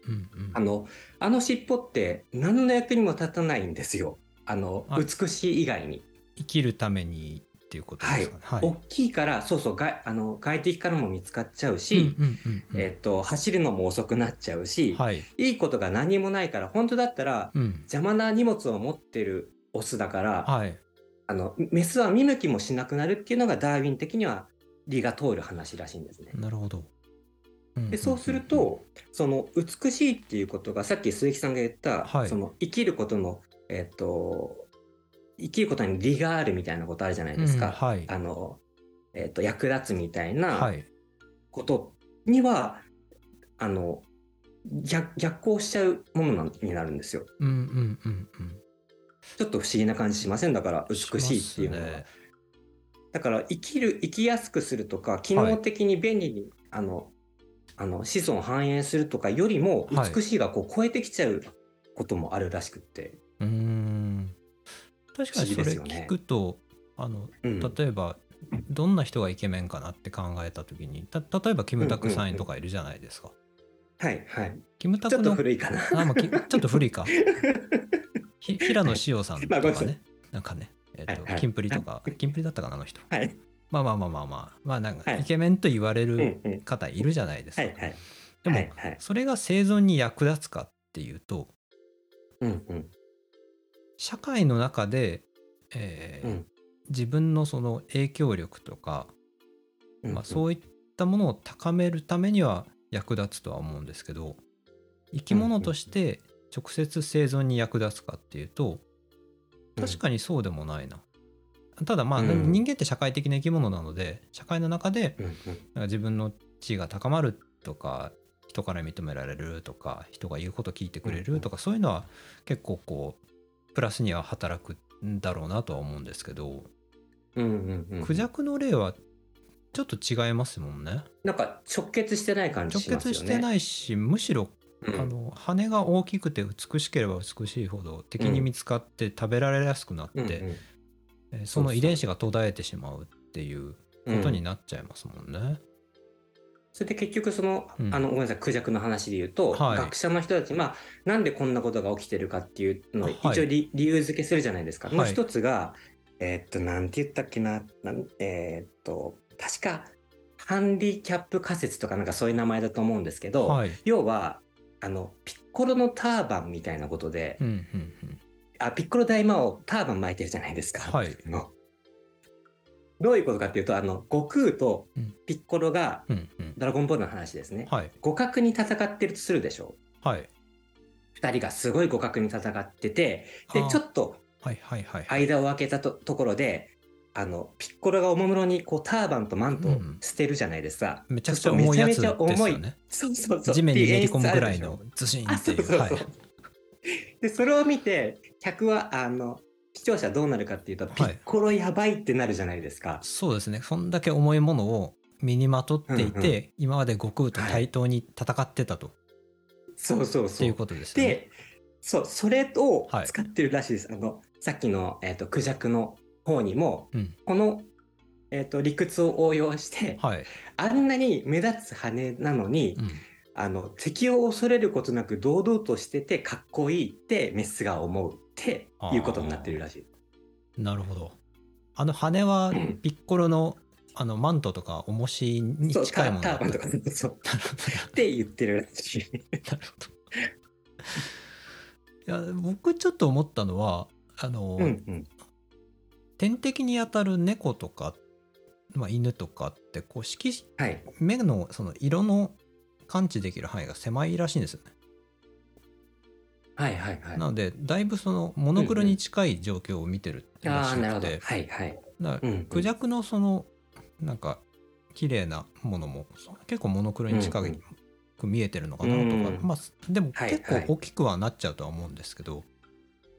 [SPEAKER 3] あのあの尻尾って何の役にも立たないんですよあの
[SPEAKER 2] はい
[SPEAKER 3] 美しい以外に。
[SPEAKER 2] 生きるためにっていうことですかねは
[SPEAKER 3] 大きいからそうそう外あの外敵からも見つかっちゃうし、
[SPEAKER 2] うんうんうんうん
[SPEAKER 3] えっと走るのも遅くなっちゃうし、
[SPEAKER 2] はい
[SPEAKER 3] いいことが何もないから本当だったら
[SPEAKER 2] うん
[SPEAKER 3] 邪魔な荷物を持ってるオスだから
[SPEAKER 2] はい
[SPEAKER 3] あのメスは見向きもしなくなるっていうのがダーウィン的には理が通る話らしいんですね。
[SPEAKER 2] なるほど
[SPEAKER 3] でそうするとその美しいっていうことがさっき鈴木さんが言った、
[SPEAKER 2] はい
[SPEAKER 3] その生きることのえっと生きることに利があるみたいなことあるじゃない
[SPEAKER 2] うんうん
[SPEAKER 3] ですか。
[SPEAKER 2] はい
[SPEAKER 3] あのえっと役立つみたいな
[SPEAKER 2] はい
[SPEAKER 3] ことには、あの逆逆行しちゃうものなんになるんですよ。
[SPEAKER 2] うんうんうんうん
[SPEAKER 3] ちょっと不思議な感じしませんだから美しいっていうのは、
[SPEAKER 2] しますね
[SPEAKER 3] だから生きる生きやすくするとか機能的に便利に、あのあの子孫を繁栄するとかよりも
[SPEAKER 2] はい
[SPEAKER 3] 美しいがこう超えてきちゃうこともあるらしくって、
[SPEAKER 2] うーん確かにそれ聞くと、あの
[SPEAKER 3] うん
[SPEAKER 2] 例えばどんな人がイケメンかなって考えた時にた例えばキムタクさんとかいるじゃないですか、
[SPEAKER 3] はいはい
[SPEAKER 2] キムタ
[SPEAKER 3] ちょ
[SPEAKER 2] ク
[SPEAKER 3] っと
[SPEAKER 2] の
[SPEAKER 3] 古いかな
[SPEAKER 2] あ、まあ、きちょっと古い か。ひ平野紫耀さんとか
[SPEAKER 3] まあごめんな
[SPEAKER 2] ね、なんかね、えっ、
[SPEAKER 3] はいは
[SPEAKER 2] と、
[SPEAKER 3] い
[SPEAKER 2] キンプリとか、キンプリだったかな、あの人。
[SPEAKER 3] はい
[SPEAKER 2] まあまあまあまあまあ、まあなんか、
[SPEAKER 3] はい
[SPEAKER 2] イケメンと言われ
[SPEAKER 3] う
[SPEAKER 2] る
[SPEAKER 3] んうん
[SPEAKER 2] 方いるじゃないです
[SPEAKER 3] は
[SPEAKER 2] か。
[SPEAKER 3] いはい
[SPEAKER 2] でも、
[SPEAKER 3] はいはい
[SPEAKER 2] それが生存に役立つかっていうと、
[SPEAKER 3] うんうん
[SPEAKER 2] 社会の中で、えー
[SPEAKER 3] うん
[SPEAKER 2] 自分のその影響力とか、
[SPEAKER 3] うん
[SPEAKER 2] まあ、
[SPEAKER 3] うん
[SPEAKER 2] そういったものを高めるためには役立つとは思うんですけど生き物として直接生存に役立つかっていうと
[SPEAKER 3] うん
[SPEAKER 2] 確かにそうでもないな。ただまあ
[SPEAKER 3] うん
[SPEAKER 2] 人間って社会的な生き物なので社会の中で
[SPEAKER 3] うんう
[SPEAKER 2] な
[SPEAKER 3] ん
[SPEAKER 2] んか自分の地位が高まるとか人から認められるとか人が言うこと聞いてくれるとかそういうのは結構こうプラスには働くんだろうなとは思うんですけど
[SPEAKER 3] うんうんうん
[SPEAKER 2] クジャクの例はちょっと違いますもんね。
[SPEAKER 3] なんか直結してない感じ
[SPEAKER 2] 直
[SPEAKER 3] しますよ
[SPEAKER 2] 結
[SPEAKER 3] ね
[SPEAKER 2] してないしむしろ、
[SPEAKER 3] うん
[SPEAKER 2] あの羽が大きくて美しければ美しいほど敵に見つかって食べられやすくなって、
[SPEAKER 3] うんうん
[SPEAKER 2] えーその遺伝子が途絶えてしまうっていうことになっちゃいますもんね。
[SPEAKER 3] それで結局その、
[SPEAKER 2] うん
[SPEAKER 3] あのごめんなさいクジャクの話で言うと、
[SPEAKER 2] はい
[SPEAKER 3] 学者の人たち、まあ、なんでこんなことが起きてるかっていうのを
[SPEAKER 2] はい
[SPEAKER 3] 一応理,、理由付けするじゃないですか。
[SPEAKER 2] はい
[SPEAKER 3] もう一つがえーっとなんて言ったっけななんえーっと確かハンディキャップ仮説とかなんかそういう名前だと思うんですけど、
[SPEAKER 2] はい、
[SPEAKER 3] 要はあのピッコロのターバンみたいなことで、
[SPEAKER 2] うんうんうん
[SPEAKER 3] あピッコロ大魔王ターバン巻いてるじゃないですか。
[SPEAKER 2] はい
[SPEAKER 3] あのどういうことかっていうとあの悟空とピッコロが、
[SPEAKER 2] うんうん
[SPEAKER 3] ドラゴンボールの話ですね。
[SPEAKER 2] はい
[SPEAKER 3] 互角に戦ってるとするでしょ
[SPEAKER 2] はい
[SPEAKER 3] 2人がすごい互角に戦っててで
[SPEAKER 2] あー
[SPEAKER 3] ちょっと
[SPEAKER 2] はいはいはいはい
[SPEAKER 3] 間を空けたとところであのピッコロがおもむろにこうターバンとマントを捨てるじゃないですか、
[SPEAKER 2] めちゃくちゃ重いやつ
[SPEAKER 3] めちゃめちゃ
[SPEAKER 2] です
[SPEAKER 3] 重い
[SPEAKER 2] よね。
[SPEAKER 3] そうそうそう
[SPEAKER 2] 地面にめり込むぐ
[SPEAKER 3] っ
[SPEAKER 2] ら
[SPEAKER 3] て
[SPEAKER 2] いう
[SPEAKER 3] 演出あ
[SPEAKER 2] の
[SPEAKER 3] る
[SPEAKER 2] ズシン
[SPEAKER 3] でしょあ
[SPEAKER 2] って
[SPEAKER 3] そ
[SPEAKER 2] いう
[SPEAKER 3] そ
[SPEAKER 2] う。
[SPEAKER 3] うそう、
[SPEAKER 2] はい
[SPEAKER 3] でそれを見て客はあの視聴者どうなるかっていうと、
[SPEAKER 2] い
[SPEAKER 3] ピッコロやばいってなるじゃないですか
[SPEAKER 2] そうですねそんだけ重いものを身にまとっていて、今まで悟空と対等に戦ってたと、
[SPEAKER 3] そうそう
[SPEAKER 2] って
[SPEAKER 3] そ
[SPEAKER 2] いううことですよね。
[SPEAKER 3] でそうそれを
[SPEAKER 2] はい
[SPEAKER 3] 使ってるらしいです、あのさっきの、えー、とクジャクの方にも、
[SPEAKER 2] うん
[SPEAKER 3] この、えー、と理屈を応用して
[SPEAKER 2] はい、
[SPEAKER 3] あんなに目立つ羽なのに、
[SPEAKER 2] うん
[SPEAKER 3] あの敵を恐れることなく堂々としててかっこいいってメスが思うっていうことになってるらしい。
[SPEAKER 2] なるほど。あの羽は
[SPEAKER 3] うん
[SPEAKER 2] ピッコロのあのマントとか重しに
[SPEAKER 3] そう
[SPEAKER 2] 近いもの
[SPEAKER 3] タ
[SPEAKER 2] だっ
[SPEAKER 3] ー
[SPEAKER 2] た
[SPEAKER 3] バンとかね そうって言ってるらしい。
[SPEAKER 2] なるほど。いや僕ちょっと思ったのはあの、
[SPEAKER 3] うんうん
[SPEAKER 2] 天敵に当たる猫とか、まあ、犬とかってこう色し
[SPEAKER 3] はい、
[SPEAKER 2] 目のその色の感知できる範囲が狭いらしいんですよね。
[SPEAKER 3] はいはいはい。
[SPEAKER 2] なのでだいぶそのモノクロに近い状況を見てるら
[SPEAKER 3] あ
[SPEAKER 2] し
[SPEAKER 3] あ
[SPEAKER 2] く
[SPEAKER 3] なるほど。
[SPEAKER 2] て、
[SPEAKER 3] はいはい。
[SPEAKER 2] だから
[SPEAKER 3] うんうん
[SPEAKER 2] クジャクのそのなんか綺麗なものもそ結構モノクロに近
[SPEAKER 3] うん
[SPEAKER 2] く見えてるのかなとか、
[SPEAKER 3] うん
[SPEAKER 2] まあでも
[SPEAKER 3] はい
[SPEAKER 2] 結構大きくはなっちゃうとは思うんですけど、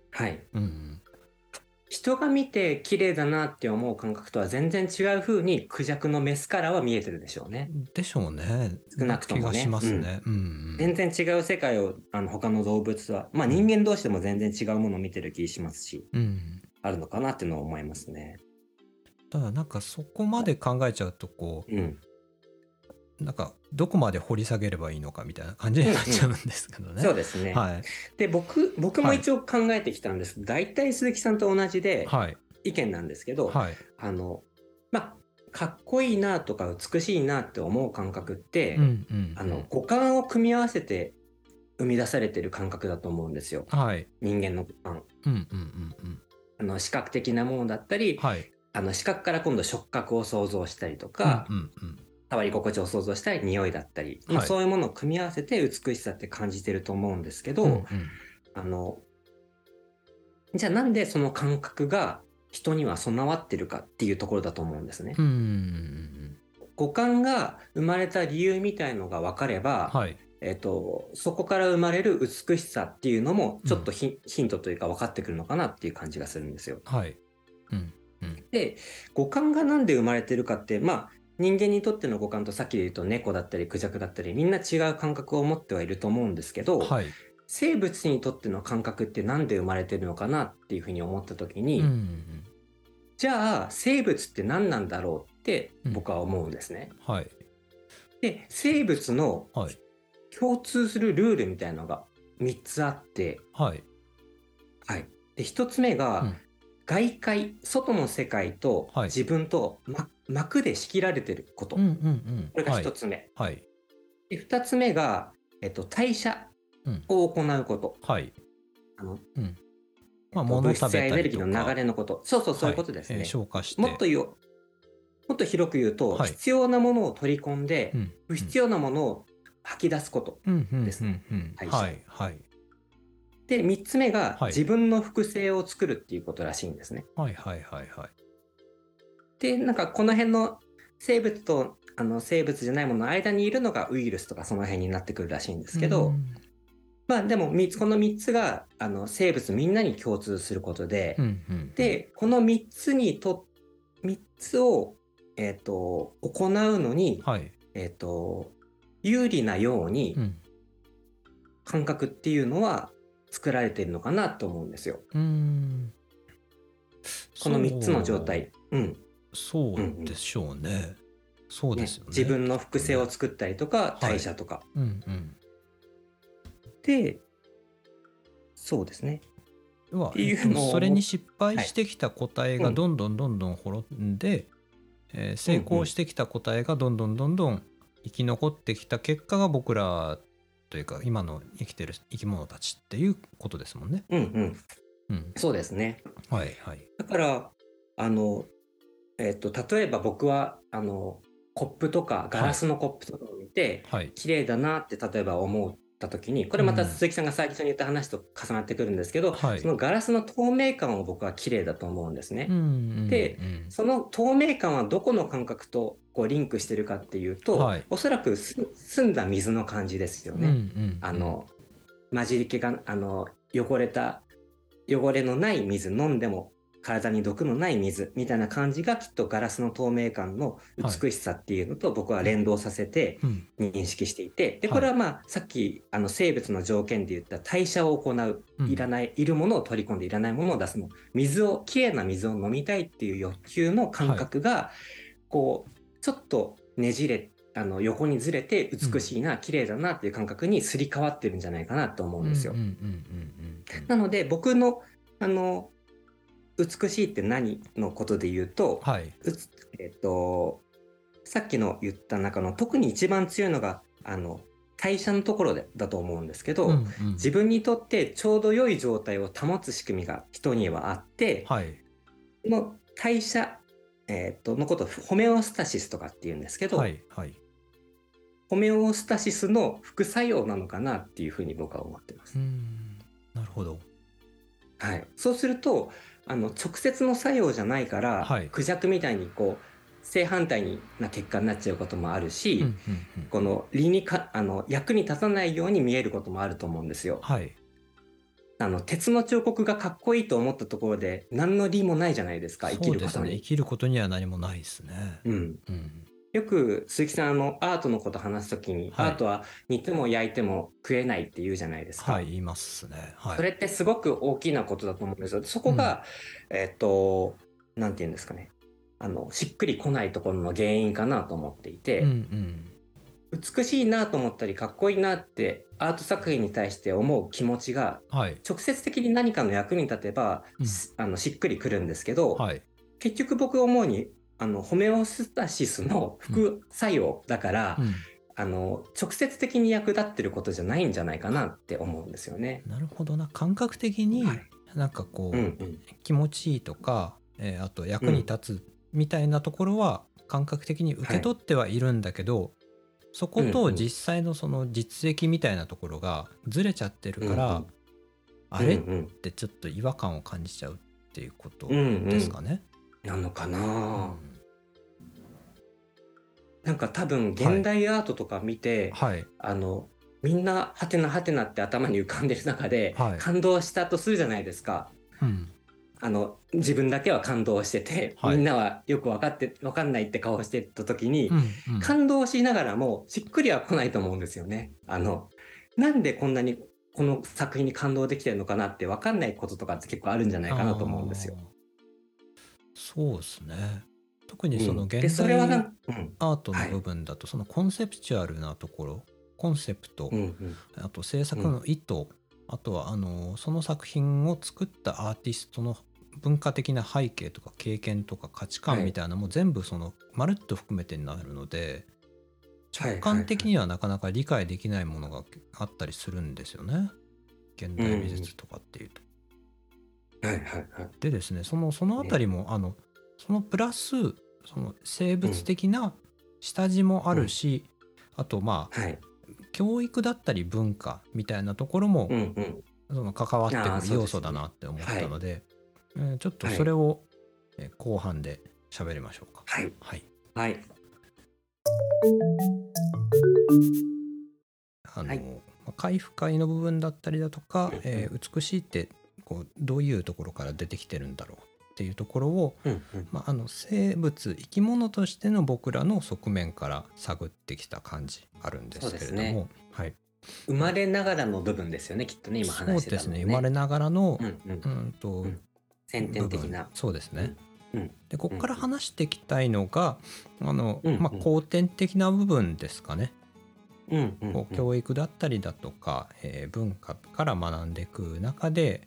[SPEAKER 3] はい
[SPEAKER 2] うんうん
[SPEAKER 3] 人が見て綺麗だなって思う感覚とは全然違う風にクジャクのメスからは見えてるでしょうね。
[SPEAKER 2] でしょうね
[SPEAKER 3] 少なくともね
[SPEAKER 2] 気がしますね。うんうん
[SPEAKER 3] 全然違う世界をあの他の動物は、まあ、人間同士でも全然違うものを見てる気しますし、
[SPEAKER 2] うん
[SPEAKER 3] ああるのかなっていうのは思いますね。
[SPEAKER 2] ただなんかそこまで考えちゃうとこ
[SPEAKER 3] うん。
[SPEAKER 2] うなんかどこまで掘り下げればいいのかみたいな感じになっちゃうんですけどね。
[SPEAKER 3] そうですね。
[SPEAKER 2] はい
[SPEAKER 3] で、僕、僕も一応考えてきたんです。大体鈴木さんと同じで
[SPEAKER 2] はい
[SPEAKER 3] 意見なんですけど、
[SPEAKER 2] はい。
[SPEAKER 3] あの、まあ、かっこいいなとか美しいなって思う感覚って、
[SPEAKER 2] うんうん
[SPEAKER 3] あの、五感を組み合わせて生み出されてる感覚だと思うんですよ。
[SPEAKER 2] はい。
[SPEAKER 3] 人間の五感。
[SPEAKER 2] うんうんうん
[SPEAKER 3] あの、視覚的なものだったり
[SPEAKER 2] うん。、はい。
[SPEAKER 3] あの、視覚から今度触覚を想像したりとか、
[SPEAKER 2] うんうんうん。
[SPEAKER 3] 触り心地を想像したり、匂いだったり、まあ
[SPEAKER 2] はい
[SPEAKER 3] そういうものを組み合わせて美しさって感じてると思うんですけど、
[SPEAKER 2] うんうん
[SPEAKER 3] あの、じゃあなんでその感覚が人には備わってるかっていうところだと思うんですね。
[SPEAKER 2] うんうんうん
[SPEAKER 3] 五感が生まれた理由みたいのが分かれば、
[SPEAKER 2] はい。
[SPEAKER 3] えっと、そこから生まれる美しさっていうのもちょっとヒ,、ヒントというか分かってくるのかなっていう感じがするんですよ。
[SPEAKER 2] はい。うん
[SPEAKER 3] で五感がなんで生まれてるかってまあ人間にとっての五感とさっきで言うと猫だったりクジャクだったりみんな違う感覚を持ってはいると思うんですけど、
[SPEAKER 2] はい。
[SPEAKER 3] 生物にとっての感覚ってなんで生まれてるのかなっていうふうに思った時に、
[SPEAKER 2] うんうんうん
[SPEAKER 3] じゃあ生物って何なんだろうって
[SPEAKER 2] うん
[SPEAKER 3] 僕は思うんですね。
[SPEAKER 2] はい。
[SPEAKER 3] で生物の
[SPEAKER 2] はい。
[SPEAKER 3] 共通するルールみたいのが3つあって、
[SPEAKER 2] はい。
[SPEAKER 3] はい、で1つ目が、
[SPEAKER 2] うん
[SPEAKER 3] 外界外の世界と
[SPEAKER 2] はい
[SPEAKER 3] 自分と、ま膜で仕切られてること、
[SPEAKER 2] うんうん
[SPEAKER 3] こ
[SPEAKER 2] う
[SPEAKER 3] れ
[SPEAKER 2] ん。
[SPEAKER 3] が
[SPEAKER 2] はい
[SPEAKER 3] 1。つ目。
[SPEAKER 2] はい。
[SPEAKER 3] で2つ目が、えっと、代謝
[SPEAKER 2] うん
[SPEAKER 3] を行うこと。
[SPEAKER 2] はい。
[SPEAKER 3] あの
[SPEAKER 2] うん。まあ、
[SPEAKER 3] えっと
[SPEAKER 2] 物
[SPEAKER 3] 物
[SPEAKER 2] を食
[SPEAKER 3] 質や
[SPEAKER 2] べ
[SPEAKER 3] エ
[SPEAKER 2] た
[SPEAKER 3] ネル
[SPEAKER 2] り
[SPEAKER 3] ギ
[SPEAKER 2] と
[SPEAKER 3] ー
[SPEAKER 2] か。
[SPEAKER 3] の流れのこと。そうそう、そういうこと
[SPEAKER 2] は
[SPEAKER 3] ですね。
[SPEAKER 2] えー消化して。
[SPEAKER 3] もっと言うもっと広く言うと、
[SPEAKER 2] はい
[SPEAKER 3] 必要なものを取り込んで、
[SPEAKER 2] うん、
[SPEAKER 3] 不必要なものを吐き出すこと。
[SPEAKER 2] 要うんうん
[SPEAKER 3] ですね
[SPEAKER 2] うんうん
[SPEAKER 3] 代謝
[SPEAKER 2] はい。はい。
[SPEAKER 3] で、3つ目が、
[SPEAKER 2] はい
[SPEAKER 3] 自分の複製を作るっていうことらしいんですね。
[SPEAKER 2] はい。はい。はい。はい。
[SPEAKER 3] で、なんかこの辺の生物とあの生物じゃないものの間にいるのがウイルスとかその辺になってくるらしいんですけど、
[SPEAKER 2] うん
[SPEAKER 3] まあでも三つ、この3つがあの生物みんなに共通することで、
[SPEAKER 2] うんうん。
[SPEAKER 3] で、この3つにと、3つを、えっ、と、行うのに、
[SPEAKER 2] はい。
[SPEAKER 3] えっ、と、有利なように、
[SPEAKER 2] うん。
[SPEAKER 3] 感覚っていうのは作られてるのかなと思うんですよ。
[SPEAKER 2] うん。
[SPEAKER 3] この3つの状態。うん
[SPEAKER 2] そう。そうでしょうね。そう
[SPEAKER 3] ね
[SPEAKER 2] ですよね。
[SPEAKER 3] 自。分の複製を作ったりとか
[SPEAKER 2] い
[SPEAKER 3] 代謝とか、
[SPEAKER 2] うんうん。
[SPEAKER 3] でそうですね
[SPEAKER 2] 要は
[SPEAKER 3] っていう
[SPEAKER 2] えっと
[SPEAKER 3] のを
[SPEAKER 2] それに失敗してきた個体が
[SPEAKER 3] はい
[SPEAKER 2] どんどんどんどん滅んで、えー成功してきた個体がどんどんどんどん生き残ってきた結果が僕らというか今の生きてる生き物たちっていうことですもんね。
[SPEAKER 3] うんうん
[SPEAKER 2] うん、
[SPEAKER 3] そうですね
[SPEAKER 2] はいはい。
[SPEAKER 3] だからあのえっ、と例えば僕はあのコップとかガラスのコップとかを見て、
[SPEAKER 2] はい。
[SPEAKER 3] 綺麗だなって例えば思った時にこれまた鈴木さんが最初に言った話と重なってくるんですけど、
[SPEAKER 2] はい
[SPEAKER 3] そのガラスの透明感を僕は綺麗だと思うんですね。
[SPEAKER 2] うんうん
[SPEAKER 3] で
[SPEAKER 2] うん
[SPEAKER 3] その透明感はどこの感覚とこうリンクしてるかっていうと、
[SPEAKER 2] はい
[SPEAKER 3] おそらくす澄んだ水の感じですよ
[SPEAKER 2] うんう
[SPEAKER 3] ね。
[SPEAKER 2] ん
[SPEAKER 3] あの混じり気があの汚れた汚れのない水飲んでも体に毒のない水みたいな感じがきっとガラスの透明感の美しさっていうのと僕は連動させて
[SPEAKER 2] うん
[SPEAKER 3] 認識していてで
[SPEAKER 2] はい
[SPEAKER 3] これはまあさっきあの生物の条件で言った代謝を行う
[SPEAKER 2] うん
[SPEAKER 3] いらない、いるものを取り込んでいらないものを出すの。水を、きれいな水を飲みたいっていう欲求の感覚が、こう、ちょっとねじれ、あの、横にずれて、美しいな、綺麗だなっていう感覚にすり替わってるんじゃないかなと思うんですよ。
[SPEAKER 2] うんうんうんうんうん
[SPEAKER 3] なので、僕の、あの、美しいって何のことで言うと、
[SPEAKER 2] はい。
[SPEAKER 3] うつえっ、と、さっきの言った中の特に一番強いのが、あの、代謝のところでだと思うんですけど、
[SPEAKER 2] うんうん
[SPEAKER 3] 自分にとってちょうど良い状態を保つ仕組みが人にはあって、
[SPEAKER 2] はい
[SPEAKER 3] この代謝、えーっとのことをホメオスタシスとかっていうんですけど、
[SPEAKER 2] はいはい。
[SPEAKER 3] ホメオスタシスの副作用なのかなっていうふうに僕は思ってます。
[SPEAKER 2] うんなるほど。
[SPEAKER 3] はい、そうするとあの直接の作用じゃないから、
[SPEAKER 2] はい
[SPEAKER 3] クジャクみたいにこう正反対な結果になっちゃうこともある
[SPEAKER 2] う
[SPEAKER 3] し、
[SPEAKER 2] んうんうん
[SPEAKER 3] この理にかあの役に立たないように見えることもあると思うんですよ。
[SPEAKER 2] はい。
[SPEAKER 3] あの鉄の彫刻がかっこいいと思ったところで何の理もないじゃないですか生き
[SPEAKER 2] そう
[SPEAKER 3] る
[SPEAKER 2] で
[SPEAKER 3] こ
[SPEAKER 2] す
[SPEAKER 3] と
[SPEAKER 2] ね。
[SPEAKER 3] に
[SPEAKER 2] 生きることには何もないですね。
[SPEAKER 3] うん、
[SPEAKER 2] うん。
[SPEAKER 3] よく鈴木さんあのアートのこと話すときに、
[SPEAKER 2] はい
[SPEAKER 3] アートは煮ても焼いても食えないって言うじゃないですか。
[SPEAKER 2] はい、言いますね。はい。
[SPEAKER 3] それってすごく大きなことだと思うんですよ。そこが、えっと、なんて言うんですかね。あの、しっくりこないところの原因かなと思っていて、
[SPEAKER 2] うんうん。
[SPEAKER 3] 美しいなと思ったり、かっこいいなって、アート作品に対して思う気持ちが、
[SPEAKER 2] はい。
[SPEAKER 3] 直接的に何かの役に立てば、
[SPEAKER 2] うん
[SPEAKER 3] しあのしっくりくるんですけど、
[SPEAKER 2] はい。
[SPEAKER 3] 結局僕思うに、あの、ホメオスタシスの副作用だから、
[SPEAKER 2] うん。
[SPEAKER 3] あの、直接的に役立ってることじゃないんじゃないかなって思うんですよね。
[SPEAKER 2] なるほどな。感覚的に
[SPEAKER 3] はい
[SPEAKER 2] なんかこ
[SPEAKER 3] うんう
[SPEAKER 2] う、
[SPEAKER 3] ん。
[SPEAKER 2] 気持ちいいとか、えーあと役に立つみたいなところは感覚的に受け取ってはいるんだけど、そこ
[SPEAKER 3] うんう
[SPEAKER 2] と
[SPEAKER 3] ん
[SPEAKER 2] 実際のその実績みたいなところがずれちゃってるから、
[SPEAKER 3] うんうん
[SPEAKER 2] あれ
[SPEAKER 3] う
[SPEAKER 2] っ
[SPEAKER 3] んうん
[SPEAKER 2] てちょっと違和感を感じちゃうっていうこと
[SPEAKER 3] うんうん
[SPEAKER 2] ですかね。
[SPEAKER 3] なのか
[SPEAKER 2] う
[SPEAKER 3] な、
[SPEAKER 2] ん
[SPEAKER 3] なんか多分現代アートとか見て、
[SPEAKER 2] はい。
[SPEAKER 3] あのみんなハテナハテナって頭に浮かんでる中で、
[SPEAKER 2] はい
[SPEAKER 3] 感動したとするじゃないですか。
[SPEAKER 2] うん
[SPEAKER 3] あの自分だけは感動してて、
[SPEAKER 2] はい
[SPEAKER 3] みんなはよく分かって分かんないって顔してた時に、
[SPEAKER 2] うんうん
[SPEAKER 3] 感動しながらもしっくりは来ないと思うんですよね。あのなんでこんなにこの作品に感動できてるのかなって分かんないこととかって結構あるんじゃないかなと思うんですよ。
[SPEAKER 2] あー。そうですね。特にその
[SPEAKER 3] うん
[SPEAKER 2] 現
[SPEAKER 3] でそれ
[SPEAKER 2] 代
[SPEAKER 3] はなんうん
[SPEAKER 2] アート
[SPEAKER 3] は
[SPEAKER 2] の
[SPEAKER 3] い
[SPEAKER 2] 部分だとそのコンセプチュアルなところコンセプト、
[SPEAKER 3] うんうん
[SPEAKER 2] あと制作の意図、あとはあのその作品を作ったアーティストの文化的な背景とか経験とか価値
[SPEAKER 3] は
[SPEAKER 2] 観
[SPEAKER 3] い
[SPEAKER 2] みたいなのも全部そのまるっと含めてになるので
[SPEAKER 3] はい
[SPEAKER 2] 直感的にはなかなか理解できないものがあったりするんですよね現代美術とかっていうと。
[SPEAKER 3] はいはいはい
[SPEAKER 2] でですねそのそのあたりも、あのそのプラスその生物的な下地もあるし、あとまあ
[SPEAKER 3] はい
[SPEAKER 2] 教育だったり文化みたいなところも、
[SPEAKER 3] うんうん
[SPEAKER 2] その関わって
[SPEAKER 3] あー
[SPEAKER 2] く
[SPEAKER 3] そうですね
[SPEAKER 2] る要素だなって思ったのでえーちょっとそれを、えー後半で喋りましょうか。
[SPEAKER 3] はい
[SPEAKER 2] はい、
[SPEAKER 3] はい
[SPEAKER 2] あの、
[SPEAKER 3] はい
[SPEAKER 2] まあ回復会の部分だったりだとか、えー美しいってこうどういうところから出てきてるんだろうっていうところを
[SPEAKER 3] うんうん
[SPEAKER 2] まあ、あの生物生き物としての僕らの側面から探ってきた感じあるんですけれども、
[SPEAKER 3] そうですね
[SPEAKER 2] はい、
[SPEAKER 3] 生まれながらの部分ですよねきっとね今話してたの
[SPEAKER 2] そうですね生まれながらの、
[SPEAKER 3] うんうん
[SPEAKER 2] うん、と、
[SPEAKER 3] ん先天的な
[SPEAKER 2] 部分そうですね、
[SPEAKER 3] うん
[SPEAKER 2] でここから話していきたいのが、あの
[SPEAKER 3] うん
[SPEAKER 2] ま
[SPEAKER 3] う
[SPEAKER 2] あ、
[SPEAKER 3] ん
[SPEAKER 2] 後天的な部分ですかね、
[SPEAKER 3] うんうん
[SPEAKER 2] こう教育だったりだとか、えー文化から学んでいく中で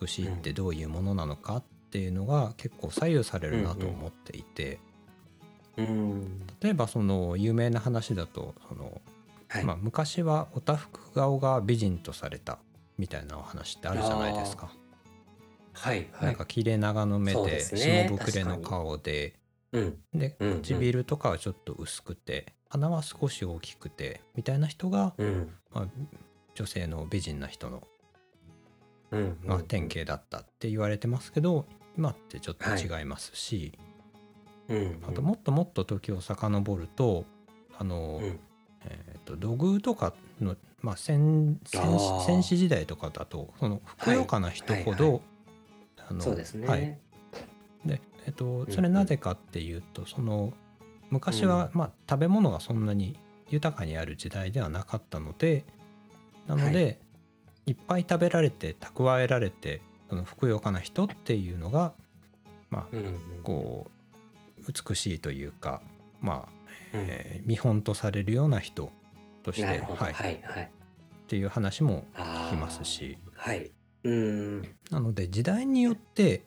[SPEAKER 2] 美しいってどういうものなのかっていうのが結構左右されるなと思っていて、
[SPEAKER 3] うん
[SPEAKER 2] 例えばその有名な話だとその、
[SPEAKER 3] はい
[SPEAKER 2] まあ、昔はおたふく顔が美人とされたみたいなお話ってあるじゃないですか。
[SPEAKER 3] はいは
[SPEAKER 2] なん
[SPEAKER 3] い
[SPEAKER 2] か切れ長の目
[SPEAKER 3] そう
[SPEAKER 2] で
[SPEAKER 3] ですね
[SPEAKER 2] 下膨れの顔で
[SPEAKER 3] うん
[SPEAKER 2] で
[SPEAKER 3] うんうん
[SPEAKER 2] 唇とかはちょっと薄くて鼻は少し大きくてみたいな人が、
[SPEAKER 3] うん
[SPEAKER 2] まあ、女性の美人な人の、
[SPEAKER 3] うん
[SPEAKER 2] まあ、典型だったって言われてますけど今ってちょっと違いますし、
[SPEAKER 3] うん
[SPEAKER 2] あともっともっと時を遡るとあの、
[SPEAKER 3] うん
[SPEAKER 2] えー、と土偶とかの、まあ、戦戦
[SPEAKER 3] あー
[SPEAKER 2] 士戦士時代とかだとそのふくよかな人ほど、
[SPEAKER 3] はいは
[SPEAKER 2] あの
[SPEAKER 3] そうですね
[SPEAKER 2] はいでえー、と
[SPEAKER 3] ん
[SPEAKER 2] それなぜかっていうと、その昔は、まあ、食べ物がそんなに豊かにある時代ではなかったのでなので、、
[SPEAKER 3] はい
[SPEAKER 2] っぱい食べられて蓄えられてそのふくよかな人っていうのが、まあ、
[SPEAKER 3] うんうん
[SPEAKER 2] こう美しいというか、まあ
[SPEAKER 3] うん
[SPEAKER 2] えー見本とされるような人として、
[SPEAKER 3] なるほど
[SPEAKER 2] は、
[SPEAKER 3] はい
[SPEAKER 2] っ
[SPEAKER 3] いはい
[SPEAKER 2] ていう話も聞
[SPEAKER 3] あー
[SPEAKER 2] きますし
[SPEAKER 3] はいうん
[SPEAKER 2] なので時代によって、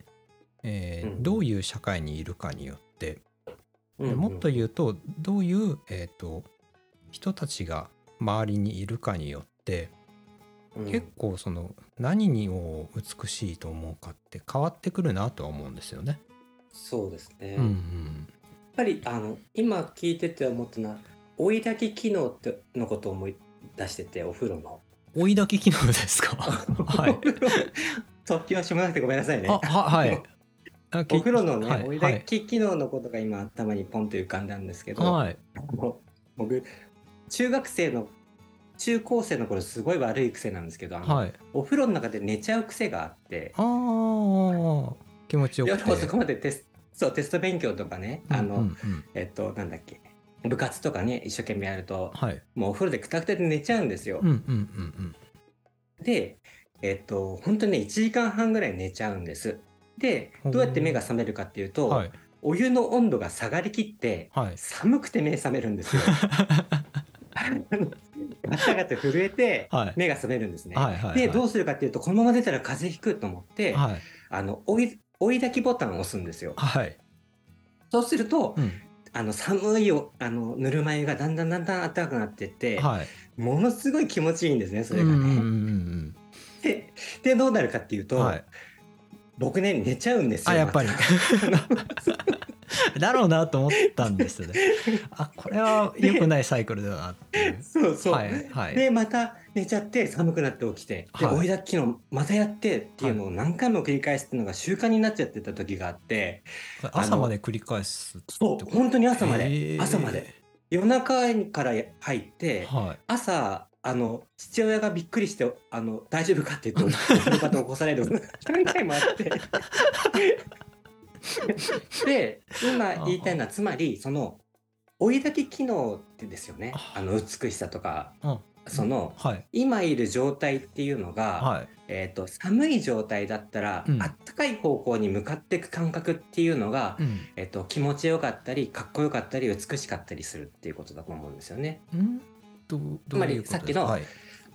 [SPEAKER 2] えー
[SPEAKER 3] うん
[SPEAKER 2] どういう社会にいるかによって、
[SPEAKER 3] うん
[SPEAKER 2] でもっと
[SPEAKER 3] うん
[SPEAKER 2] 言うとどういう、えー、と人たちが周りにいるかによって、
[SPEAKER 3] うん
[SPEAKER 2] 結構その何にを美しいと思うかって変わってくるなとは思うんですよね。
[SPEAKER 3] そうですね
[SPEAKER 2] うんう
[SPEAKER 3] やっ
[SPEAKER 2] ん
[SPEAKER 3] ぱりあの今聞いてて思ったのは追い焚き機能ってのことを思い出しててお風呂の
[SPEAKER 2] 追いだき機能です かはい。
[SPEAKER 3] 突起はしょうがなくてごめんなさいね
[SPEAKER 2] あははい。あき
[SPEAKER 3] お風呂のね、
[SPEAKER 2] はい
[SPEAKER 3] 追い
[SPEAKER 2] は
[SPEAKER 3] 焚
[SPEAKER 2] い
[SPEAKER 3] き機能のことが今頭にポンと浮かんだんですけど、
[SPEAKER 2] はい。
[SPEAKER 3] あの僕中学生の中高生の頃すごい悪い癖なんですけど、あの
[SPEAKER 2] はい。
[SPEAKER 3] お風呂の中で寝ちゃう癖があって
[SPEAKER 2] ああ気持ちよ
[SPEAKER 3] 夜
[SPEAKER 2] くて
[SPEAKER 3] 遅くまでテストそうテスト勉強とかね、あの
[SPEAKER 2] うんうんうん
[SPEAKER 3] えっとなんだっけ部活とかね一生懸命やると
[SPEAKER 2] はい。
[SPEAKER 3] もうお風呂でくたくたで寝ちゃうんですよ
[SPEAKER 2] うん、うん、うん、
[SPEAKER 3] でえっと本当にね1時間半ぐらい寝ちゃうんですでどうやって目が覚めるかっていう
[SPEAKER 2] う
[SPEAKER 3] と、
[SPEAKER 2] ん。はい。
[SPEAKER 3] お湯の温度が下がりきって
[SPEAKER 2] はい。
[SPEAKER 3] 寒くて目覚めるん ですよガタガタ震えて
[SPEAKER 2] はい。
[SPEAKER 3] 目が覚めるんですね、
[SPEAKER 2] はい。はい。
[SPEAKER 3] でど
[SPEAKER 2] う
[SPEAKER 3] うするかっていうとこのまま出たら風邪ひくと思って、
[SPEAKER 2] はい。
[SPEAKER 3] あの追い追い炊きボタンを押すんですよ
[SPEAKER 2] はい。
[SPEAKER 3] そうすると
[SPEAKER 2] うん。
[SPEAKER 3] あの寒いおあのぬるま湯がだんだんだんだん暖かくなってって、
[SPEAKER 2] はい。
[SPEAKER 3] ものすごい気持ちいいんですねそれ
[SPEAKER 2] う
[SPEAKER 3] が
[SPEAKER 2] ん、
[SPEAKER 3] ね。
[SPEAKER 2] うん、うん、
[SPEAKER 3] ででどうなるかっていう
[SPEAKER 2] う
[SPEAKER 3] と、
[SPEAKER 2] ん。はい。
[SPEAKER 3] 僕ね寝ちゃうんですよ。
[SPEAKER 2] あ、やっぱり
[SPEAKER 3] また。
[SPEAKER 2] だろうなと思ったんですよね。あ、これは良くないサイクルだなっていう。
[SPEAKER 3] そうそう。
[SPEAKER 2] はい。はい。
[SPEAKER 3] でまた寝ちゃって寒くなって起きてで、
[SPEAKER 2] はい
[SPEAKER 3] 追いだっきのまたやってっていうのを何回も繰り返すっていうのが習慣になっちゃってた時があって
[SPEAKER 2] 朝まで繰り返すって
[SPEAKER 3] そ
[SPEAKER 2] こと。
[SPEAKER 3] う本当に朝まで
[SPEAKER 2] へー
[SPEAKER 3] 朝まで。夜中から入って
[SPEAKER 2] はい。
[SPEAKER 3] 朝あの父親がびっくりしてあの大丈夫かって言って起の方起こされる何回もあってで今言いたいのはつまりその追い炊き機能ってですよねあの美しさとか、
[SPEAKER 2] うん
[SPEAKER 3] その
[SPEAKER 2] はい。
[SPEAKER 3] 今いる状態っていうのが、
[SPEAKER 2] はい。
[SPEAKER 3] えー、と寒い状態だったら、
[SPEAKER 2] うん
[SPEAKER 3] あったかい方向に向かっていく感覚っていうのが、
[SPEAKER 2] うん。
[SPEAKER 3] えー、と気持ちよかったりかっこよかったり美しかったりするっていうことだと思うんですよね。
[SPEAKER 2] んどうどういうこと
[SPEAKER 3] つまりさっきの
[SPEAKER 2] はい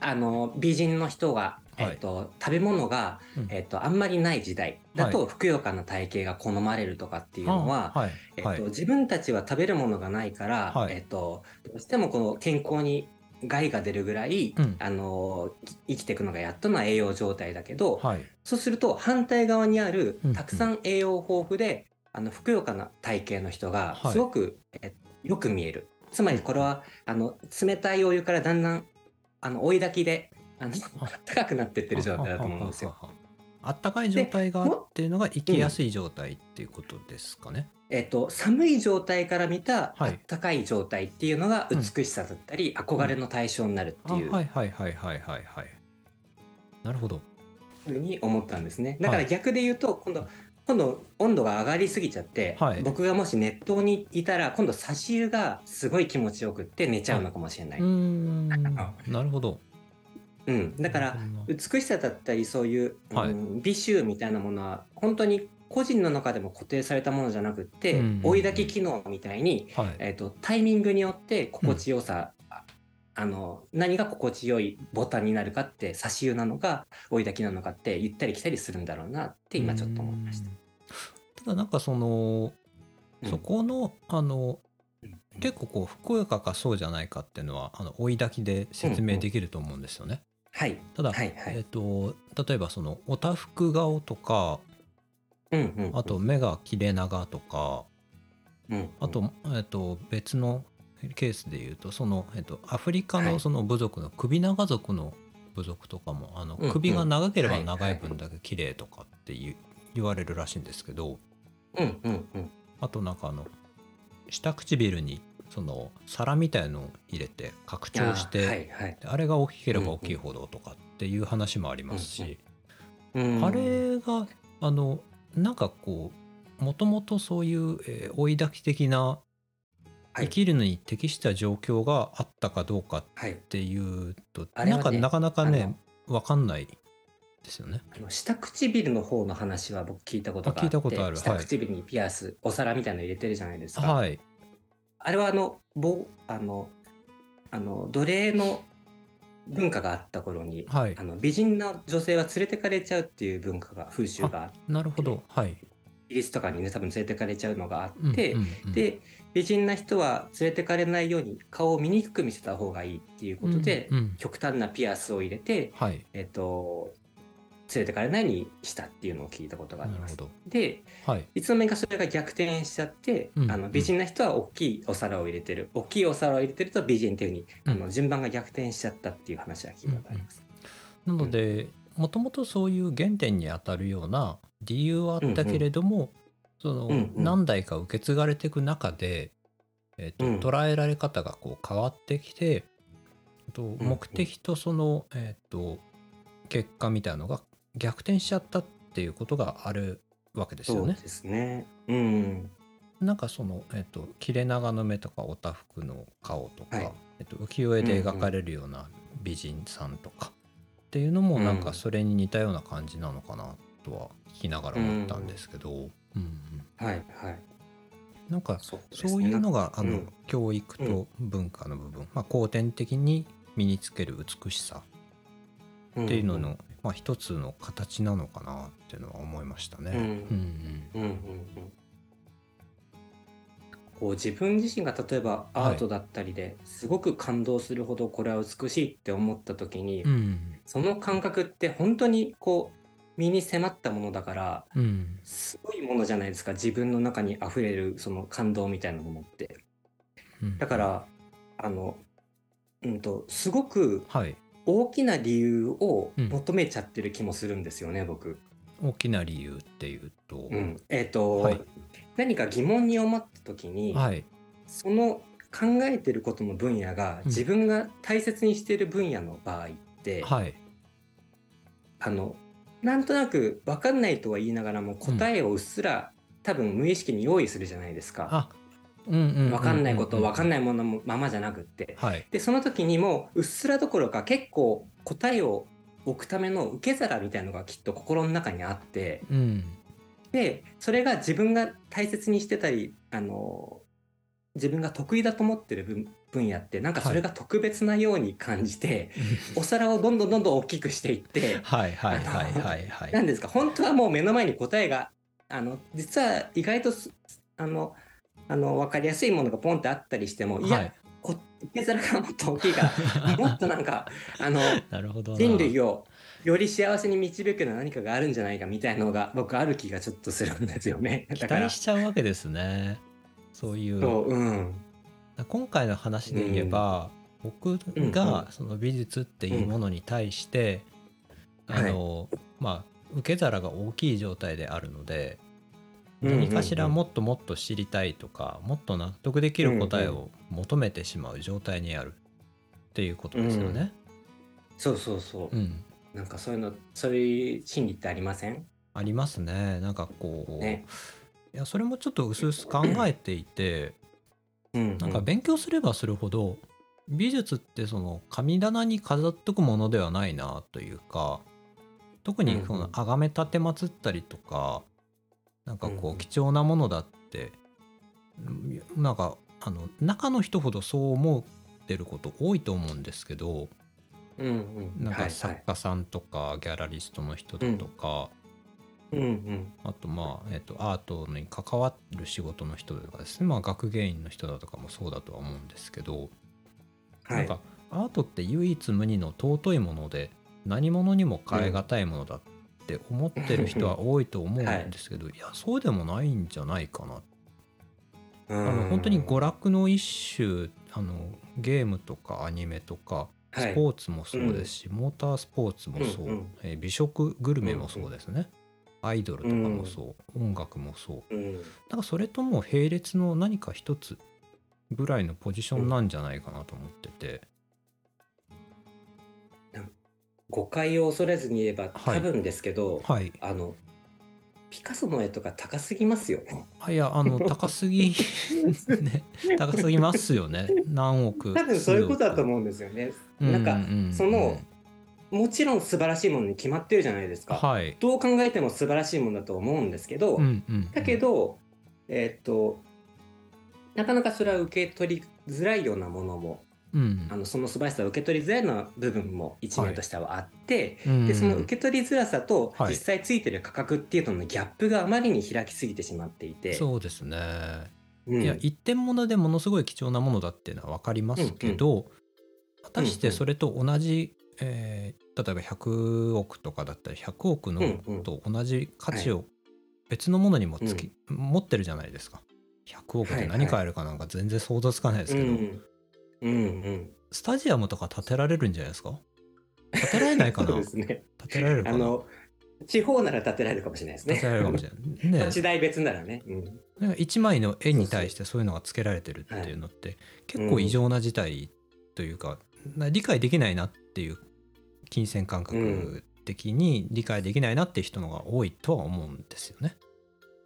[SPEAKER 3] あの美人の人が、
[SPEAKER 2] はい
[SPEAKER 3] えっと食べ物が、
[SPEAKER 2] うん
[SPEAKER 3] えっとあんまりない時代だと、ふくよかな体型が好まれるとかっていうのは、
[SPEAKER 2] あはい
[SPEAKER 3] えっと
[SPEAKER 2] はい
[SPEAKER 3] 自分たちは食べるものがないから、
[SPEAKER 2] はい
[SPEAKER 3] えっとどうしてもこの健康に害が出るぐらい、
[SPEAKER 2] うん
[SPEAKER 3] あのき生きていくのがやっとな栄養状態だけど、
[SPEAKER 2] はい
[SPEAKER 3] そうすると反対側にある
[SPEAKER 2] うん
[SPEAKER 3] たくさん栄養豊富で、あのふくよかな体型の人が
[SPEAKER 2] はい
[SPEAKER 3] すごく、えよく見えるつまりこれはあの冷たいお湯からだんだんあの追い炊きであの
[SPEAKER 2] あ
[SPEAKER 3] 高くなってってる状態だと思うんですよ。
[SPEAKER 2] あああああったかい状態があっていうのが生きやすい状態っていうことですかね。
[SPEAKER 3] えっと寒い状態から見た
[SPEAKER 2] はい
[SPEAKER 3] 高い状態っていうのが
[SPEAKER 2] うん
[SPEAKER 3] 美しさだったり、憧れの対象になるって
[SPEAKER 2] あはい
[SPEAKER 3] いう
[SPEAKER 2] はいはいはいはいはい。なるほど。
[SPEAKER 3] ふうに思ったんですね。だか
[SPEAKER 2] は
[SPEAKER 3] ら
[SPEAKER 2] い
[SPEAKER 3] 逆で言うと今度今度温度が上がりすぎちゃって、
[SPEAKER 2] はい
[SPEAKER 3] 僕がもし熱湯にいたら今度差し湯がすごい気持ちよくって寝ちゃうのかもしれない、
[SPEAKER 2] うーんなるほど。
[SPEAKER 3] うん、だから美しさだったりそういう、うん
[SPEAKER 2] はい
[SPEAKER 3] 美臭みたいなものは本当に個人の中でも固定されたものじゃなくって、
[SPEAKER 2] うん
[SPEAKER 3] 追い炊き機能みたいに、
[SPEAKER 2] はい
[SPEAKER 3] えー、とタイミングによって心地よさ、ああの何が心地よいボタンになるかって差し湯なのか追い炊きなのかって行ったり来たりするんだろうなって今ちょっと思いました
[SPEAKER 2] う。んただなんかその
[SPEAKER 3] うん
[SPEAKER 2] そこのあの
[SPEAKER 3] うん
[SPEAKER 2] 結構こうふくよかかそうじゃないかっていうのはあの追い炊きで説明できると思うんですよね。
[SPEAKER 3] はい、
[SPEAKER 2] ただ
[SPEAKER 3] はいはい
[SPEAKER 2] えっと例えばそのおたふく顔とか
[SPEAKER 3] うんうんうん
[SPEAKER 2] あと、目が切れ長とか
[SPEAKER 3] うんうん
[SPEAKER 2] あと,、えっと別のケースで言うとその、えっと、アフリカ
[SPEAKER 3] は
[SPEAKER 2] の
[SPEAKER 3] い
[SPEAKER 2] その部族の首長族の部族とかもあの
[SPEAKER 3] うんうん
[SPEAKER 2] 首が長ければ長
[SPEAKER 3] は
[SPEAKER 2] い
[SPEAKER 3] いはい
[SPEAKER 2] 分だけ綺麗とかって言う言われるらしいんですけど
[SPEAKER 3] うんうんうん、
[SPEAKER 2] あとなんかあの下唇にその皿みたいのを入れて拡張し
[SPEAKER 3] あーは
[SPEAKER 2] て
[SPEAKER 3] いはい
[SPEAKER 2] であれが大きければ大きいほどとかっていう話もあります
[SPEAKER 3] うんう
[SPEAKER 2] し
[SPEAKER 3] うん
[SPEAKER 2] あれがあのなんかこうもともとそういう、えー追い抱き的な
[SPEAKER 3] はい
[SPEAKER 2] 生きるのに適した状況があったかどうかっ
[SPEAKER 3] はい
[SPEAKER 2] ていうと、
[SPEAKER 3] あれ
[SPEAKER 2] な
[SPEAKER 3] は
[SPEAKER 2] んか
[SPEAKER 3] ね
[SPEAKER 2] なかなかねわかんないですよね。
[SPEAKER 3] あの下唇の方の話は僕聞いたことがあって
[SPEAKER 2] あ聞いたことある
[SPEAKER 3] 下
[SPEAKER 2] はい
[SPEAKER 3] 唇にピアス、お皿みたいなの入れてるじゃないですか、
[SPEAKER 2] はい
[SPEAKER 3] あれはあのぼあのあの奴隷の文化があった頃に、
[SPEAKER 2] はい
[SPEAKER 3] あの美人な女性は連れてかれちゃうっていう文化が風習が
[SPEAKER 2] なるほどはい。
[SPEAKER 3] イギリスとかにね多分連れてかれちゃうのがあ
[SPEAKER 2] うん
[SPEAKER 3] って、
[SPEAKER 2] うんうん
[SPEAKER 3] で美人な人は連れてかれないように顔を醜く見せた方がいいっていうことで、
[SPEAKER 2] うんうん
[SPEAKER 3] 極端なピアスを入れて、
[SPEAKER 2] はい
[SPEAKER 3] えっと連れてかれないようにしたっていうのを聞いたことがあ
[SPEAKER 2] な
[SPEAKER 3] り
[SPEAKER 2] る
[SPEAKER 3] ま
[SPEAKER 2] ほ
[SPEAKER 3] す。
[SPEAKER 2] ど
[SPEAKER 3] で
[SPEAKER 2] はい
[SPEAKER 3] いつの間にかそれが逆転しちゃって、
[SPEAKER 2] うん
[SPEAKER 3] あの美人な人は大きいお皿を入れてる大きいお皿を入れてると美人っていうふうに、あ
[SPEAKER 2] う
[SPEAKER 3] の順番が逆転しちゃったっていう話は聞いたことあります。
[SPEAKER 2] なのでもともとそういう原点にあたるような理由はあったけれども、その
[SPEAKER 3] うんうん
[SPEAKER 2] 何代か受け継がれていく中で、えっと
[SPEAKER 3] うん
[SPEAKER 2] 捉えられ方がこう変わってきて、えっと
[SPEAKER 3] うん
[SPEAKER 2] 目的とその、えっと結果みたいのが逆転しちゃったっていうことがあるわけです
[SPEAKER 3] そ
[SPEAKER 2] よ
[SPEAKER 3] う
[SPEAKER 2] ね。
[SPEAKER 3] ですね。うん。
[SPEAKER 2] なんかその、えっと、切れ長の目とかおたふくの顔とか、
[SPEAKER 3] はい
[SPEAKER 2] えっと、浮世絵で描かれるような美人さんとか、っていうのもなんかそれに似たような感じなのかなとは聞きながら思ったんですけど、うんうん
[SPEAKER 3] はいはい
[SPEAKER 2] なんか
[SPEAKER 3] そうですね
[SPEAKER 2] そういうのがあの、
[SPEAKER 3] うん
[SPEAKER 2] 教育と文化の部分、まあ、後天的に身につける美しさっていうのの、まあ、一つの形なのかなっていうのは思いました
[SPEAKER 3] うんう
[SPEAKER 2] ね。
[SPEAKER 3] ん
[SPEAKER 2] うんうん
[SPEAKER 3] うんうんうんこう自分自身が例えばアートだったりですごく感動するほどこれは美しいって思った時に、
[SPEAKER 2] うん
[SPEAKER 3] その感覚って本当にこう身に迫ったものだから
[SPEAKER 2] うん
[SPEAKER 3] すごいものじゃないですか自分の中に溢れるその感動みたいなものって
[SPEAKER 2] うん
[SPEAKER 3] だからあのうんとすごく
[SPEAKER 2] はい
[SPEAKER 3] 大きな理由を求めちゃってる気もするんですよね、僕。
[SPEAKER 2] 大きな理由っていうと、
[SPEAKER 3] うん、えっ、と、
[SPEAKER 2] はい
[SPEAKER 3] 何か疑問に思った時に、
[SPEAKER 2] はい
[SPEAKER 3] その考えてることの分野が
[SPEAKER 2] ん
[SPEAKER 3] 自分が大切にしている分野の場合って、
[SPEAKER 2] はい
[SPEAKER 3] あのなんとなく分かんないとは言いながらも答えをうっすら、多分無意識に用意するじゃないですか。
[SPEAKER 2] あうんうんうんうん
[SPEAKER 3] 分かんないこと分かん
[SPEAKER 2] い
[SPEAKER 3] ないものもままじゃなくって。
[SPEAKER 2] はい
[SPEAKER 3] でその時にもううっすらどころか結構答えを置くための受け皿みたいのがきっと心の中にあって、
[SPEAKER 2] うん
[SPEAKER 3] でそれが自分が大切にしてたりあの自分が得意だと思ってる分分野ってなんかそれが特別なように感じ て、お皿をどんどんどんどん大きくしていって
[SPEAKER 2] はいはいはいはいは
[SPEAKER 3] 何
[SPEAKER 2] い
[SPEAKER 3] ですか本当はもう目の前に答えがあの実は意外とすあのあの分かりやすいものがポンってあったりしても、い、
[SPEAKER 2] は
[SPEAKER 3] や
[SPEAKER 2] い
[SPEAKER 3] こ受け皿がもっと大きいか らもっとなんかあの
[SPEAKER 2] なるほどな
[SPEAKER 3] 人類をより幸せに導くような何かがあるんじゃないかみたいなのが僕ある気がちょっとするんですよね。
[SPEAKER 2] 期
[SPEAKER 3] だから
[SPEAKER 2] 待しちゃうわけですねそういう
[SPEAKER 3] そう、うん。
[SPEAKER 2] 今回の話で言えば、僕
[SPEAKER 3] うん
[SPEAKER 2] がその美術っていうものに対して、
[SPEAKER 3] うん
[SPEAKER 2] あの、まあ受け皿が大きい状態であるので
[SPEAKER 3] うんうんうん
[SPEAKER 2] 何かしらもっともっと知りたいとか、もっと納得できる答えを求めてしまう状態にあるっていうことですよね。
[SPEAKER 3] そうそうそう。
[SPEAKER 2] うん
[SPEAKER 3] なんかそういうの、そういう心理ってありません
[SPEAKER 2] ありますねなんかこう、
[SPEAKER 3] ね。
[SPEAKER 2] いやそれもちょっと薄々考えていて
[SPEAKER 3] うん。
[SPEAKER 2] なんか勉強すればするほど美術ってその神棚に飾っとくものではないなというか特にそ
[SPEAKER 3] うんう
[SPEAKER 2] の
[SPEAKER 3] ん
[SPEAKER 2] 崇め立て祀ったりとかなんか
[SPEAKER 3] うん
[SPEAKER 2] こ
[SPEAKER 3] うん
[SPEAKER 2] う貴重なものだってなんかあの中の人ほどそう思ってること多いと思うんですけど
[SPEAKER 3] うんうん。
[SPEAKER 2] なん
[SPEAKER 3] はいは
[SPEAKER 2] か
[SPEAKER 3] い
[SPEAKER 2] 作家さんとかギャラリストの人だとか
[SPEAKER 3] うんうん。
[SPEAKER 2] あとまあ、えっとアートに関わる仕事の人とかですね、まあ、学芸員の人だとかもそうだとは思うんですけど、
[SPEAKER 3] は
[SPEAKER 2] なん
[SPEAKER 3] い。
[SPEAKER 2] かアートって唯一無二の尊いもので何物にも変え難いものだって思ってる人は多いと思うんですけど、い、やそうでもないんじゃないかな、
[SPEAKER 3] あ
[SPEAKER 2] あの本当に娯楽の一種あのゲームとかアニメとかスポーツもそうですし、モータースポーツもそう、
[SPEAKER 3] うんうん
[SPEAKER 2] えー美食グルメもそうですね、アイドルとかもそう、音楽もそう
[SPEAKER 3] うん。
[SPEAKER 2] なんかそれとも並列の何か一つぐらいのポジションなんじゃないかなと思ってて、
[SPEAKER 3] 誤解を恐れずに言えば、
[SPEAKER 2] はい
[SPEAKER 3] 多分ですけど、
[SPEAKER 2] はい
[SPEAKER 3] あの、ピカソの絵とか高すぎますよ。
[SPEAKER 2] あいやあ の高すぎね高すぎますよね何億
[SPEAKER 3] 多分そういうことだと
[SPEAKER 2] う
[SPEAKER 3] 思うんですよね。なんかそのもちろん素晴らしいものに決まってるじゃないですか。
[SPEAKER 2] はい、
[SPEAKER 3] どう考えても素晴らしいものだと思うんですけど、
[SPEAKER 2] うんうんうん
[SPEAKER 3] だけど、えーっとなかなかそれは受け取りづらいようなものも
[SPEAKER 2] うん
[SPEAKER 3] あのその素晴らしさを受け取りづらいような部分も一面としてはあって、
[SPEAKER 2] うん
[SPEAKER 3] でその受け取りづらさと
[SPEAKER 2] はい
[SPEAKER 3] 実際ついてる価格っていうののギャップがあまりに開きすぎてしまっていて、
[SPEAKER 2] そうですね、
[SPEAKER 3] うん
[SPEAKER 2] いや一点物でものすごい貴重なものだっていうのは分かりますけど、果たしてそれと同じ、えー例えば100億とかだったら100億の
[SPEAKER 3] うんうん
[SPEAKER 2] と同じ価値を別のものにもつき、持ってるじゃないですか100億で何買えるかなんか全然想像つかないです
[SPEAKER 3] う
[SPEAKER 2] けど、
[SPEAKER 3] んうんうん、
[SPEAKER 2] スタジアムとか建てられるんじゃないですか建てられないかな
[SPEAKER 3] そうで
[SPEAKER 2] 建
[SPEAKER 3] すね。
[SPEAKER 2] てられるか
[SPEAKER 3] あ
[SPEAKER 2] な
[SPEAKER 3] の地方なら建てられるかもしれないですね。
[SPEAKER 2] 建てられるか もしれない。ね
[SPEAKER 3] 時代別ならね。うん
[SPEAKER 2] なんか1枚の絵に対してそういうのがつけられてるっていうのって結構異常な事態というか、な理解できないなっていう金銭感覚的に理解できないなっていう人のが多いとは思うんですよね。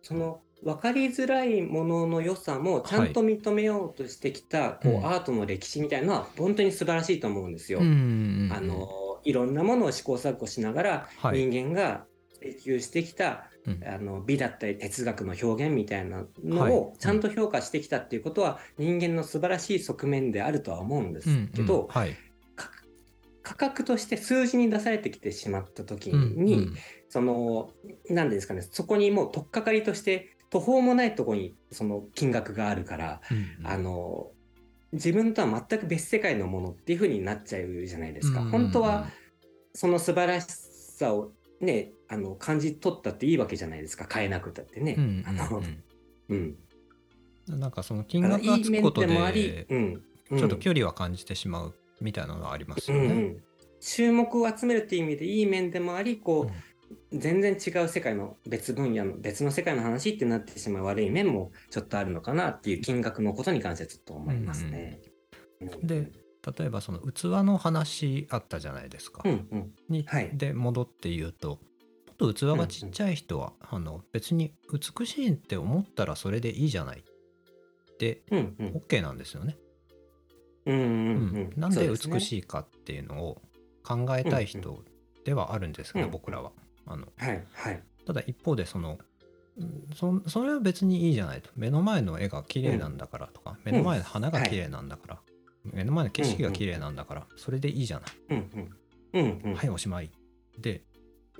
[SPEAKER 3] その分かりづらいものの良さもちゃんと認めようとしてきた、こう
[SPEAKER 2] うん
[SPEAKER 3] アートの歴史みたいなのは本当に素晴らしいと思うんですよ。
[SPEAKER 2] うん
[SPEAKER 3] あのいろんなものを試行錯誤しながら、
[SPEAKER 2] はい
[SPEAKER 3] 人間が追求してきた、
[SPEAKER 2] うん
[SPEAKER 3] あの美だったり哲学の表現みたいな
[SPEAKER 2] はい
[SPEAKER 3] のをちゃんと評価してきたっていうことは、人間の素晴らしい側面であるとは思うんですけど、
[SPEAKER 2] うんうんはい
[SPEAKER 3] か価格として数字に出されてきてしまった時に、
[SPEAKER 2] うんうん
[SPEAKER 3] その何ですかねそこにもう取っかかりとして途方もないとこにその金額があるから、
[SPEAKER 2] うん
[SPEAKER 3] あの自分とは全く別世界のものっていう風になっちゃうじゃないですか。
[SPEAKER 2] うん
[SPEAKER 3] 本当はその素晴らしさをねあの感じ取ったっていいわけじゃないですか変えなくたってね。
[SPEAKER 2] うんうん
[SPEAKER 3] あのうん
[SPEAKER 2] うんなんかその金
[SPEAKER 3] だから
[SPEAKER 2] 額が
[SPEAKER 3] いい
[SPEAKER 2] つくこと
[SPEAKER 3] 面
[SPEAKER 2] で
[SPEAKER 3] でもあり、うんうん
[SPEAKER 2] ちょっと距離は感じてしまうみたいなのはありますよ
[SPEAKER 3] うんう
[SPEAKER 2] ね。
[SPEAKER 3] ん注目を集めるっていう意味でいい面でもありこう、全然違う世界の別分野の別の世界の話ってなってしまう悪い面もちょっとあるのかなっていう金額のことに関してはちょっと思いますね。うん
[SPEAKER 2] で例えばその器の話あったじゃないですか。
[SPEAKER 3] うんうん
[SPEAKER 2] に
[SPEAKER 3] はい
[SPEAKER 2] で戻って言うとちょっと器がちっちゃい人は、あの別に美しいって思ったらそれでいいじゃないで
[SPEAKER 3] うんうん
[SPEAKER 2] OK なんですよね。
[SPEAKER 3] うんうん
[SPEAKER 2] うん
[SPEAKER 3] うん
[SPEAKER 2] なんで
[SPEAKER 3] そうすね
[SPEAKER 2] 美しいかっていうのを考えたい
[SPEAKER 3] うん
[SPEAKER 2] 人ではあるんですけ
[SPEAKER 3] う
[SPEAKER 2] ど
[SPEAKER 3] ん
[SPEAKER 2] 僕らは。あの
[SPEAKER 3] はいはい
[SPEAKER 2] ただ一方でそのうんそそれは別にいいじゃないと目の前の絵が綺麗なんだからとか、
[SPEAKER 3] ん
[SPEAKER 2] 目の前の花が
[SPEAKER 3] はい
[SPEAKER 2] 綺麗なんだから、目の前の景色が綺麗なんだから、それでいいじゃない、
[SPEAKER 3] うんうんうんうん
[SPEAKER 2] はいおしまい で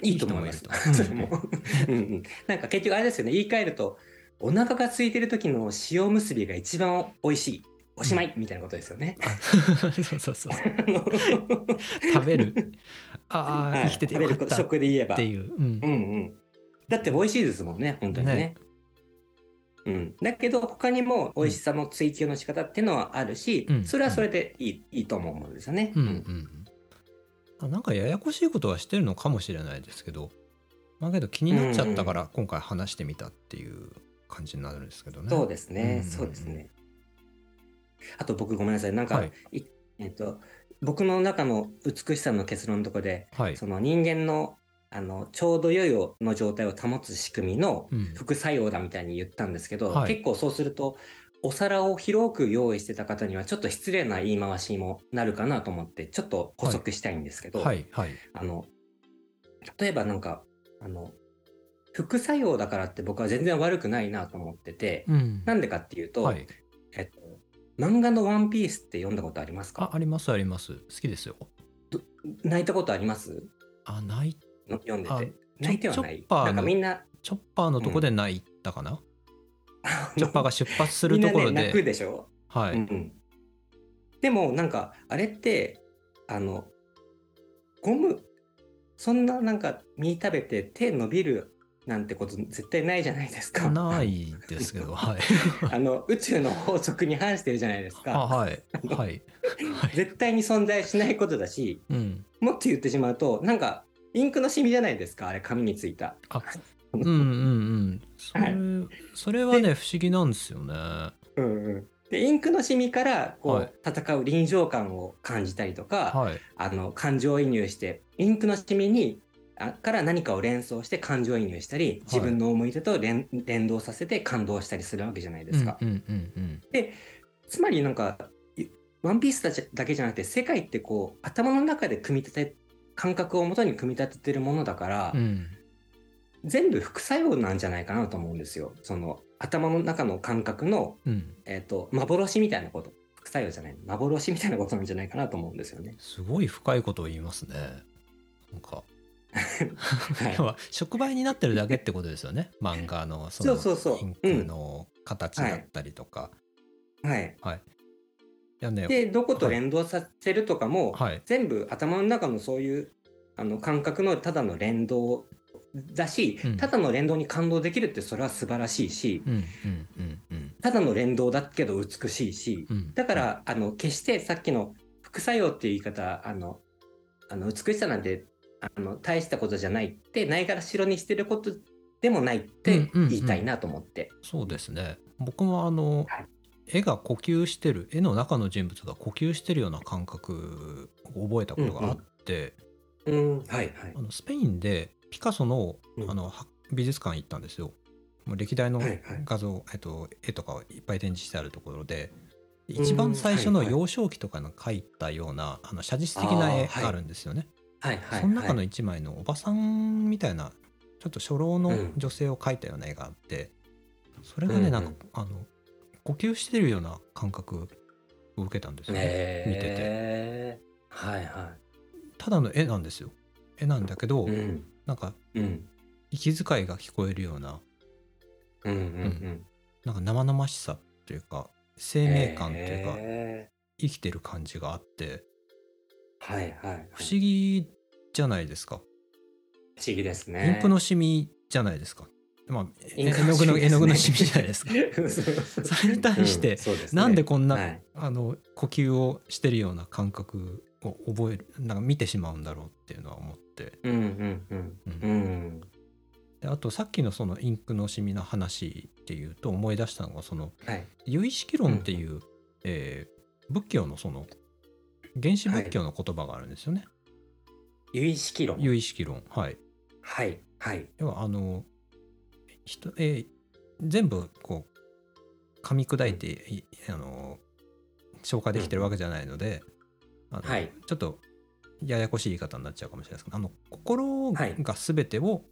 [SPEAKER 3] いいと思います
[SPEAKER 2] いいと思いま。す
[SPEAKER 3] それも。うんうんなんか結局あれですよね、言い換えると、お腹が空いてる時の塩結びが一番美味しい。おしまいみたいなことですよね。
[SPEAKER 2] そうそうそう
[SPEAKER 3] あの
[SPEAKER 2] 食べるああ、
[SPEAKER 3] は
[SPEAKER 2] 生
[SPEAKER 3] い
[SPEAKER 2] きててよかっ
[SPEAKER 3] 食べる
[SPEAKER 2] たっ
[SPEAKER 3] 食で言えば。
[SPEAKER 2] ていう、うん
[SPEAKER 3] うんうん。だって美味しいですもんね、本当にね。
[SPEAKER 2] ね
[SPEAKER 3] うん、だけど他にも美味しさの追求の仕方っていうのはあるし、
[SPEAKER 2] うん
[SPEAKER 3] それはそれでいい,、いいと思うんですよね。
[SPEAKER 2] うんうんうんあなんかややこしいことはしてるのかもしれないですけどまあけど気になっちゃったから今回話してみたっていう感じになるんですけどね。
[SPEAKER 3] そうです
[SPEAKER 2] うんうんう
[SPEAKER 3] ね
[SPEAKER 2] ん、
[SPEAKER 3] そうですね。あと僕ごめんなさい、なんか、
[SPEAKER 2] はい
[SPEAKER 3] いえっと、僕の中の美しさの結論のとこで、
[SPEAKER 2] はい。
[SPEAKER 3] その人間のあのちょうど良いをの状態を保つ仕組みの
[SPEAKER 2] うん
[SPEAKER 3] 副作用だみたいに言ったんですけど、
[SPEAKER 2] はい
[SPEAKER 3] 結構そうすると、お皿を広く用意してた方にはちょっと失礼な言い回しにもなるかなと思って、ちょっと補足したいんですけど、
[SPEAKER 2] はいはい。
[SPEAKER 3] あの、例えばなんか、あの、副作用だからって僕は全然悪くないなと思ってて、
[SPEAKER 2] うん
[SPEAKER 3] なんでかっていうと、
[SPEAKER 2] はい、
[SPEAKER 3] えっと、漫画のワンピースって読んだことあります
[SPEAKER 2] あ
[SPEAKER 3] か
[SPEAKER 2] ありますあります好きですよ
[SPEAKER 3] 泣いたことあります
[SPEAKER 2] あない
[SPEAKER 3] の読んで
[SPEAKER 2] あ
[SPEAKER 3] て。泣いてはな
[SPEAKER 2] チョ
[SPEAKER 3] い
[SPEAKER 2] ッ。パーの
[SPEAKER 3] なんかみんな、
[SPEAKER 2] チョッパーのとこで泣いたかな、
[SPEAKER 3] あ
[SPEAKER 2] チョッパー
[SPEAKER 3] の
[SPEAKER 2] が出発す る
[SPEAKER 3] みん
[SPEAKER 2] と
[SPEAKER 3] な
[SPEAKER 2] こ
[SPEAKER 3] ね、
[SPEAKER 2] ろで
[SPEAKER 3] 泣くでしょ、
[SPEAKER 2] はい、
[SPEAKER 3] うんうんでも、なんか、あれって、あの、ゴム、そんななんか、身食べて手伸びるなんてこと絶対ないじゃないですか。
[SPEAKER 2] な。いですけどはい
[SPEAKER 3] あの、宇宙の法則に反してるじゃないです
[SPEAKER 2] あ
[SPEAKER 3] か。
[SPEAKER 2] はいはいはい
[SPEAKER 3] 絶対に存在しないことだし、
[SPEAKER 2] うん
[SPEAKER 3] もっと言ってしまうと、なんか、インクのシミじゃないですか、あれ、紙についた。
[SPEAKER 2] あうんうんうんそれ,、
[SPEAKER 3] はい
[SPEAKER 2] それはね不思議なんですよねは
[SPEAKER 3] うんうんで、インクのシミから、こう、
[SPEAKER 2] はい
[SPEAKER 3] 戦う臨場感を感じたりとか、
[SPEAKER 2] い
[SPEAKER 3] あの、感情移入して、インクのシミに、あから何かを連想して感情移入したり、自分の思い出と連,、連動させて感動したりするわけじゃないですか。
[SPEAKER 2] うんうんうんうん
[SPEAKER 3] つまりなんか、いワンピースたちだけじゃなくて、世界ってこう、頭の中で組み立て、感覚をもとに組み立ててるものだから、
[SPEAKER 2] うん
[SPEAKER 3] 全部副作用なんじゃないかなと思うんですよ。その頭の中の感覚の、
[SPEAKER 2] うん
[SPEAKER 3] えっと幻みたいなこと副作用じゃない幻みたいなことなんじゃないかなと思うんですよね。
[SPEAKER 2] すごい深いことを言いますねなんか
[SPEAKER 3] はい
[SPEAKER 2] 要は触媒になってるだけってことですよね漫画のそ
[SPEAKER 3] そうそう
[SPEAKER 2] の
[SPEAKER 3] そう
[SPEAKER 2] インクの形だったりとか、
[SPEAKER 3] はい、
[SPEAKER 2] いやね
[SPEAKER 3] でどこと連動させるとかも、
[SPEAKER 2] はい
[SPEAKER 3] 全部頭の中のそういうあの感覚のただの連動だし、
[SPEAKER 2] うん
[SPEAKER 3] ただの連動に感動できるってそれは素晴らしいし
[SPEAKER 2] うんうんうんうん
[SPEAKER 3] ただの連動だけど美しいし、
[SPEAKER 2] うん
[SPEAKER 3] だから、あの、決してさっきの副作用っていう言い方、あの、あの美しさなんて、あの、大したことじゃないって、ないがらしろにしてることでもないって
[SPEAKER 2] うんうんうん
[SPEAKER 3] 言いたいなと思って。
[SPEAKER 2] そうですね僕もあの、
[SPEAKER 3] はい
[SPEAKER 2] 絵が呼吸してる絵の中の人物が呼吸してるような感覚を覚えたことがあって、
[SPEAKER 3] うん、はい、はい。
[SPEAKER 2] あのスペインでピカソの
[SPEAKER 3] うん
[SPEAKER 2] あのは美術館行ったんですよ。もう歴代の
[SPEAKER 3] はいはい
[SPEAKER 2] 画像、えっと、絵とかをいっぱい展示してあるところで一番最初の
[SPEAKER 3] はいはい
[SPEAKER 2] 幼少期とかの描いたような、あの写実的な絵
[SPEAKER 3] あーはい
[SPEAKER 2] があるんですよね。
[SPEAKER 3] はいはい。
[SPEAKER 2] その中の
[SPEAKER 3] はい
[SPEAKER 2] 一枚のおばさんみたいなちょっと初老の女性を描いたような絵があって、それがね、
[SPEAKER 3] うんうん
[SPEAKER 2] なんかあの呼吸してるような感覚を受けたんですよね、見てて
[SPEAKER 3] えーはいは
[SPEAKER 2] ただの絵なんですよ絵なんだけど、
[SPEAKER 3] い。うん
[SPEAKER 2] なんか
[SPEAKER 3] うん
[SPEAKER 2] 息遣いが聞こえるような
[SPEAKER 3] うんうんうん。
[SPEAKER 2] なんか生々しさというか生命感というか
[SPEAKER 3] え
[SPEAKER 2] 生きてる感じがあって
[SPEAKER 3] ーはいはい。
[SPEAKER 2] 不思議じゃないですか、
[SPEAKER 3] 不思議です
[SPEAKER 2] イ
[SPEAKER 3] ね。
[SPEAKER 2] ンクのシミじゃないですか、まあ、え
[SPEAKER 3] イン
[SPEAKER 2] 絵
[SPEAKER 3] クの
[SPEAKER 2] の具
[SPEAKER 3] シ
[SPEAKER 2] の
[SPEAKER 3] ミですね
[SPEAKER 2] 絵の具のシミじゃないですか それに対して
[SPEAKER 3] うんそうすね
[SPEAKER 2] なんでこんな、
[SPEAKER 3] はい
[SPEAKER 2] あの呼吸をしてるような感覚を覚えるなんか見てしまうんだろうっていうのは思って、
[SPEAKER 3] うんうん
[SPEAKER 2] うん
[SPEAKER 3] うんうん
[SPEAKER 2] であとさっきのそのインクのシミの話っていうと思い出したのがその
[SPEAKER 3] はい
[SPEAKER 2] 有意識論っていう、えー仏教のその原始仏教の言葉があるんですよね、
[SPEAKER 3] 有意識論
[SPEAKER 2] 有意識論はい
[SPEAKER 3] はいはい
[SPEAKER 2] 要はあの人、えー全部こう噛み砕いて、いあの消化できてるわけじゃないので、あの
[SPEAKER 3] はい
[SPEAKER 2] ちょっとややこしい言い方になっちゃうかもしれないですけどあの心
[SPEAKER 3] はい
[SPEAKER 2] が全てを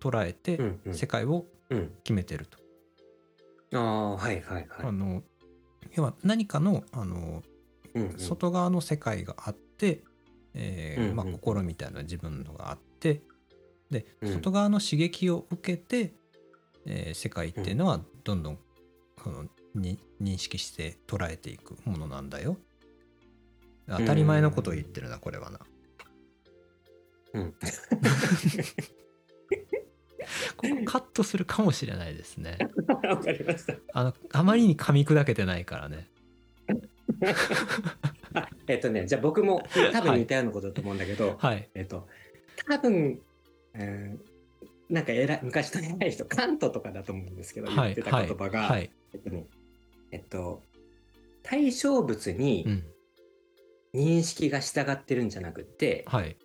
[SPEAKER 2] 捉えて
[SPEAKER 3] うんうん
[SPEAKER 2] 世界を
[SPEAKER 3] うん
[SPEAKER 2] 決めてると。
[SPEAKER 3] ああはいはいは
[SPEAKER 2] あ
[SPEAKER 3] い
[SPEAKER 2] の要は何かのあの
[SPEAKER 3] うんうん
[SPEAKER 2] 外側の世界があって、えー
[SPEAKER 3] うん
[SPEAKER 2] まあ、
[SPEAKER 3] うん
[SPEAKER 2] 心みたいな自分のがあってで
[SPEAKER 3] うん
[SPEAKER 2] 外側の刺激を受けて、えー世界っていうのはどんどんそのに認識して捉えていくものなんだよ。当たり前のことを言ってるなこれはな。
[SPEAKER 3] うん
[SPEAKER 2] ここカットするかもしれないですね。
[SPEAKER 3] わかりました
[SPEAKER 2] あのあまりに噛み砕けてないからね。
[SPEAKER 3] あえっとねじゃあ僕も多分似たようなことだと思うんだけど
[SPEAKER 2] はい。
[SPEAKER 3] えっと多分えーなんか偉い昔と偉い人カントとかだと思うんですけど
[SPEAKER 2] は
[SPEAKER 3] 言っ
[SPEAKER 2] い。
[SPEAKER 3] てた
[SPEAKER 2] はい
[SPEAKER 3] 言葉
[SPEAKER 2] は
[SPEAKER 3] が
[SPEAKER 2] い。
[SPEAKER 3] えっとねえっと対象物
[SPEAKER 2] う
[SPEAKER 3] に
[SPEAKER 2] ん。
[SPEAKER 3] 認識が従ってるんじゃなくって
[SPEAKER 2] はい。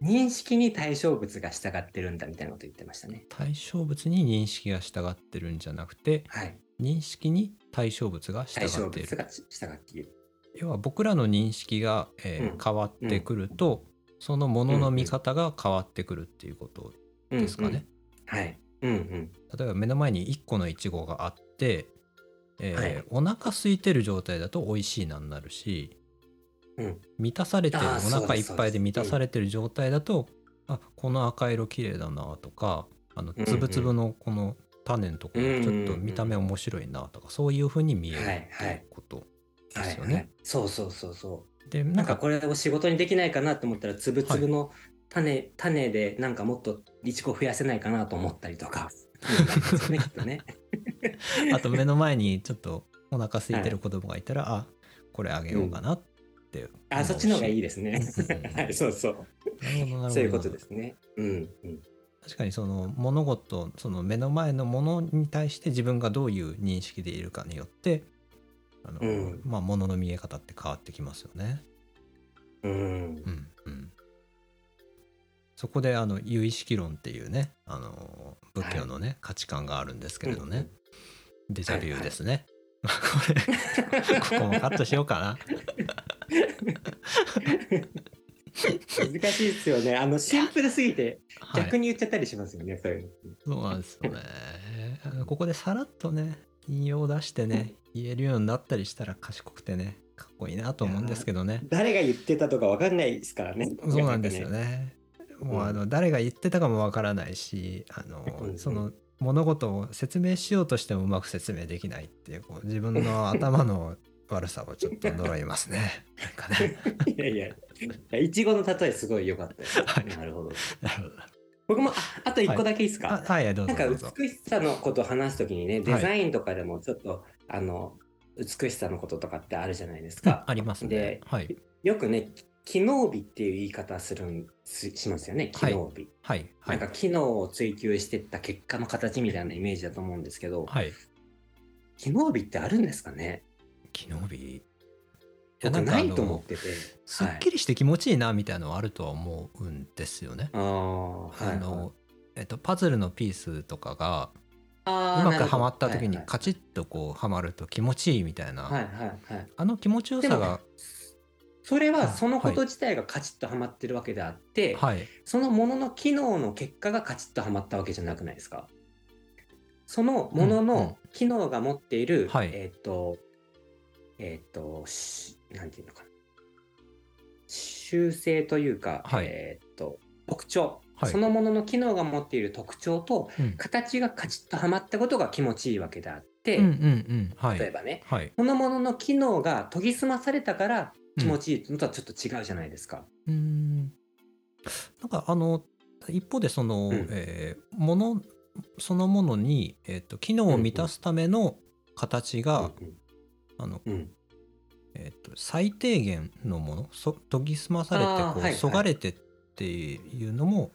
[SPEAKER 3] 認識に対象物が従ってるんだみたいなこと言ってましたね。
[SPEAKER 2] 対象物に認識が従ってるんじゃなくて
[SPEAKER 3] はい。
[SPEAKER 2] 認識に対象物が従
[SPEAKER 3] 対象
[SPEAKER 2] ってい
[SPEAKER 3] 物
[SPEAKER 2] る
[SPEAKER 3] が従っている。
[SPEAKER 2] 要は僕らの認識が、えー
[SPEAKER 3] うん
[SPEAKER 2] 変わってくると、そのものの見方が変わってくるっていうことですかね、
[SPEAKER 3] うんうん。はい。うん
[SPEAKER 2] 例えば目の前に1個のイチゴがあって、えー
[SPEAKER 3] はい
[SPEAKER 2] お腹空いてる状態だと美味しいなになるし、
[SPEAKER 3] うん
[SPEAKER 2] 満たされてる
[SPEAKER 3] あー
[SPEAKER 2] お
[SPEAKER 3] そう
[SPEAKER 2] 腹い
[SPEAKER 3] で
[SPEAKER 2] っ
[SPEAKER 3] す
[SPEAKER 2] ぱいで満た
[SPEAKER 3] そ
[SPEAKER 2] されてる状態だと、あこの赤色綺麗だなとかあの
[SPEAKER 3] うん
[SPEAKER 2] つぶつぶのこの種のところ
[SPEAKER 3] うん
[SPEAKER 2] ちょっと見た目面白いなとかそういうふうに見える
[SPEAKER 3] はい
[SPEAKER 2] っていうこと、
[SPEAKER 3] うん。は
[SPEAKER 2] で
[SPEAKER 3] い
[SPEAKER 2] すよ
[SPEAKER 3] は
[SPEAKER 2] ね
[SPEAKER 3] い。そうそうそうそう。
[SPEAKER 2] でな
[SPEAKER 3] なんん
[SPEAKER 2] か
[SPEAKER 3] かこれを仕事にできないかなと思ったら、つぶつぶの種、種でなんかもっといちご増やせないかなと思ったり とか。うんなんかですよね、きっとね。
[SPEAKER 2] あと目の前にちょっとお腹空いてる子供がいたら、あこれあげようかなって、
[SPEAKER 3] あ、そっちの方がいい
[SPEAKER 2] で
[SPEAKER 3] ですね。
[SPEAKER 2] すね
[SPEAKER 3] はい、そうそう。
[SPEAKER 2] なるほどなるほど
[SPEAKER 3] そういうことですね。うんうん。
[SPEAKER 2] 確かにその物事その目の前のものに対して自分がどういう認識でいるかによってあの、
[SPEAKER 3] うん
[SPEAKER 2] まあ物の見え方って変わってきますよね。
[SPEAKER 3] うん
[SPEAKER 2] う。んうん、そこであの有意識論っていうねあの仏教のね、価値観があるんですけれどね、デジャビューですね。 これここもカットしようかな。
[SPEAKER 3] 難しいですよね。あの、シンプルすぎて、
[SPEAKER 2] はい
[SPEAKER 3] 逆に言っちゃったりしますよね、そういうの。
[SPEAKER 2] そうなんですよね。あのここでさらっとね、引用を出してね、言えるようになったりしたら賢くてね、かっこいいなと思うんですけどね。
[SPEAKER 3] 誰が言ってたとかわかんないですからね。
[SPEAKER 2] そうなんですよ。ね。もうあの誰が言ってたかもわからないし、あ
[SPEAKER 3] う
[SPEAKER 2] の
[SPEAKER 3] ん
[SPEAKER 2] その物事を説明しようとしてもうまく説明できないっていうこう自分の頭の悪さをちょっと呪いますね。なんかね。
[SPEAKER 3] いやいやいや、いちごの例えすごい良かったです
[SPEAKER 2] はい
[SPEAKER 3] なるほど。
[SPEAKER 2] なるほど。
[SPEAKER 3] 僕も、ああと一個だけいいです
[SPEAKER 2] あ
[SPEAKER 3] か、
[SPEAKER 2] はいどう
[SPEAKER 3] な
[SPEAKER 2] ぞ
[SPEAKER 3] んか
[SPEAKER 2] どうぞ。
[SPEAKER 3] 美しさのことを話すときにね、デ
[SPEAKER 2] はい
[SPEAKER 3] ザインとかでもちょっと、あの、美しさのこととかってあるじゃないです
[SPEAKER 2] あ
[SPEAKER 3] か。
[SPEAKER 2] ありますね
[SPEAKER 3] で。
[SPEAKER 2] はい
[SPEAKER 3] よくね、機能美っていう言い方するんししますよね、機能美。
[SPEAKER 2] はいは
[SPEAKER 3] なん
[SPEAKER 2] い
[SPEAKER 3] か機能を追求してった結果の形みたいなイメージだと思うんですけど、
[SPEAKER 2] はい。
[SPEAKER 3] 機能美ってあるんですかね
[SPEAKER 2] 昨日日。いや
[SPEAKER 3] 僕
[SPEAKER 2] かあ
[SPEAKER 3] な
[SPEAKER 2] の
[SPEAKER 3] いと思ってて。
[SPEAKER 2] すっきりして気持ちいいなみたいなのはあるとは思うんですよね。
[SPEAKER 3] ああ、は
[SPEAKER 2] あ
[SPEAKER 3] い。
[SPEAKER 2] のえっと、パズルのピースとかが
[SPEAKER 3] あー
[SPEAKER 2] うまくはま
[SPEAKER 3] なるほど
[SPEAKER 2] った時に
[SPEAKER 3] はい
[SPEAKER 2] カチッとこうはまると気持ちいいみたいな、
[SPEAKER 3] はいはいはい
[SPEAKER 2] あの気持ちよさが、
[SPEAKER 3] それ
[SPEAKER 2] はい
[SPEAKER 3] はそのこと自体がカチッとはまってるわけであって、
[SPEAKER 2] はい、
[SPEAKER 3] そのものの機能の結果がカチッとはまったわけじゃなくないですかそのもの
[SPEAKER 2] うんうん
[SPEAKER 3] の機能が持っている、
[SPEAKER 2] はい
[SPEAKER 3] えっ、とえっ、としなんていうのかな修正というか、
[SPEAKER 2] はい
[SPEAKER 3] えっ、と特徴、
[SPEAKER 2] はい
[SPEAKER 3] そのものの機能が持っている特徴と
[SPEAKER 2] うん、
[SPEAKER 3] 形がカチッとはまったことが気持ちいいわけであって、
[SPEAKER 2] うんうんうんは
[SPEAKER 3] 例え
[SPEAKER 2] い
[SPEAKER 3] ばね
[SPEAKER 2] はい
[SPEAKER 3] このものの機能が研ぎ澄まされたから気持ちいいのとはちょっと違うじゃないですか。
[SPEAKER 2] うーんなんかあの一方でその、
[SPEAKER 3] うん
[SPEAKER 2] えーものそのものに、えー、と機能を満たすための形が、あの
[SPEAKER 3] うんうん
[SPEAKER 2] えー、と最低限のものそ研ぎ澄まされて
[SPEAKER 3] あー
[SPEAKER 2] こう、
[SPEAKER 3] はい
[SPEAKER 2] そがれてっていうのも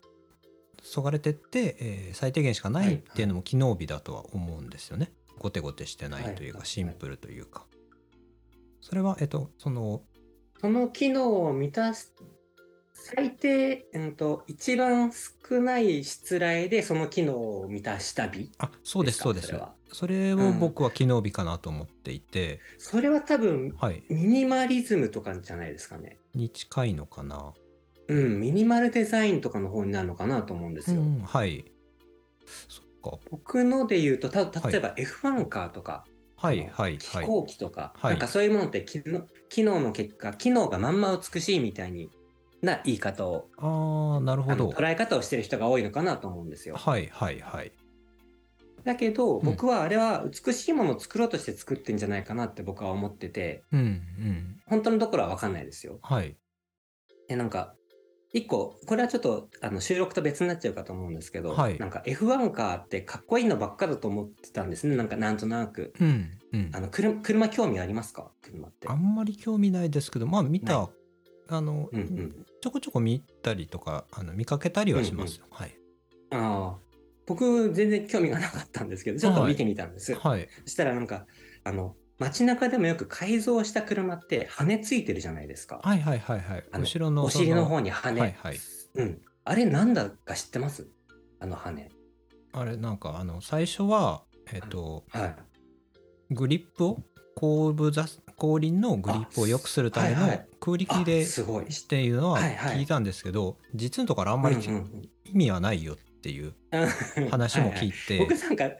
[SPEAKER 2] そがれてって、えー最低限しかないっていうのも機能美だとは思うんですよね。ゴテゴテしてないというか、
[SPEAKER 3] はい
[SPEAKER 2] シンプルというか。それはえっ、とその
[SPEAKER 3] その機能を満たす最低、うん、と一番少ない失礼でその機能を満たした美
[SPEAKER 2] あそうです
[SPEAKER 3] ですか
[SPEAKER 2] そうです
[SPEAKER 3] それは
[SPEAKER 2] それを僕は機能美かなと思っていて、
[SPEAKER 3] それは多分
[SPEAKER 2] はい
[SPEAKER 3] ミニマリズムとかじゃないですかね。
[SPEAKER 2] に近いのかな。
[SPEAKER 3] うん、ミニマルデザインとかの方になるのかなと思うんですよ。
[SPEAKER 2] うんはい。そっか。
[SPEAKER 3] 僕ので言うと、た例えば F1 カーとか、
[SPEAKER 2] はいはいは
[SPEAKER 3] 飛
[SPEAKER 2] い。
[SPEAKER 3] 行機とか、
[SPEAKER 2] はい
[SPEAKER 3] なんかそういうものって機能機能の結果機能がまんま美しいみたいにな言い方を
[SPEAKER 2] ああなる
[SPEAKER 3] あ
[SPEAKER 2] ほ
[SPEAKER 3] の
[SPEAKER 2] ど。
[SPEAKER 3] 捉え方をしてる人が多いのかなと思うんですよ。
[SPEAKER 2] はいはいはい。
[SPEAKER 3] だけど
[SPEAKER 2] ん
[SPEAKER 3] 僕はあれは美しいものを作ろうとして作ってんじゃないかなって僕は思ってて
[SPEAKER 2] うんうん。
[SPEAKER 3] 本当のところは分かんないですよ。
[SPEAKER 2] はい。
[SPEAKER 3] でなんか一個これはちょっとあの収録と別になっちゃうかと思うんですけど、
[SPEAKER 2] はい
[SPEAKER 3] なんか F1 カーってかっこいいのばっかだと思ってたんですねなんかなんとなく。
[SPEAKER 2] うんうん
[SPEAKER 3] あ。の車車興味ありますか車って
[SPEAKER 2] あ。んまり興味ないですけどまあ見
[SPEAKER 3] な
[SPEAKER 2] たあの、
[SPEAKER 3] うんうん
[SPEAKER 2] ちょこちょこ見たりとかあの見かけたりはしますよ。はい
[SPEAKER 3] ああ僕全然興味がなかったんですけどちょっと見てみたんです、
[SPEAKER 2] はい。
[SPEAKER 3] そしたらなんかあの街中でもよく改造した車って羽ついてるじゃないですか、
[SPEAKER 2] はいはいはいはい。
[SPEAKER 3] あの
[SPEAKER 2] 後ろの
[SPEAKER 3] お尻の
[SPEAKER 2] そ
[SPEAKER 3] 方に羽、
[SPEAKER 2] はいはい
[SPEAKER 3] うん、あれなんだか知ってますあの羽
[SPEAKER 2] あれなんかあの最初はえっ、と
[SPEAKER 3] はい
[SPEAKER 2] グリップを後部座後輪のグリップを良くするための
[SPEAKER 3] はいはい
[SPEAKER 2] 空力
[SPEAKER 3] あ
[SPEAKER 2] です
[SPEAKER 3] ごい
[SPEAKER 2] っていうのは
[SPEAKER 3] はいはい
[SPEAKER 2] 聞いたんですけど、実のところあんまりち
[SPEAKER 3] うんうん
[SPEAKER 2] 意味はないよっていう
[SPEAKER 3] うん
[SPEAKER 2] 話も聞
[SPEAKER 3] はいい
[SPEAKER 2] て、
[SPEAKER 3] 僕なんか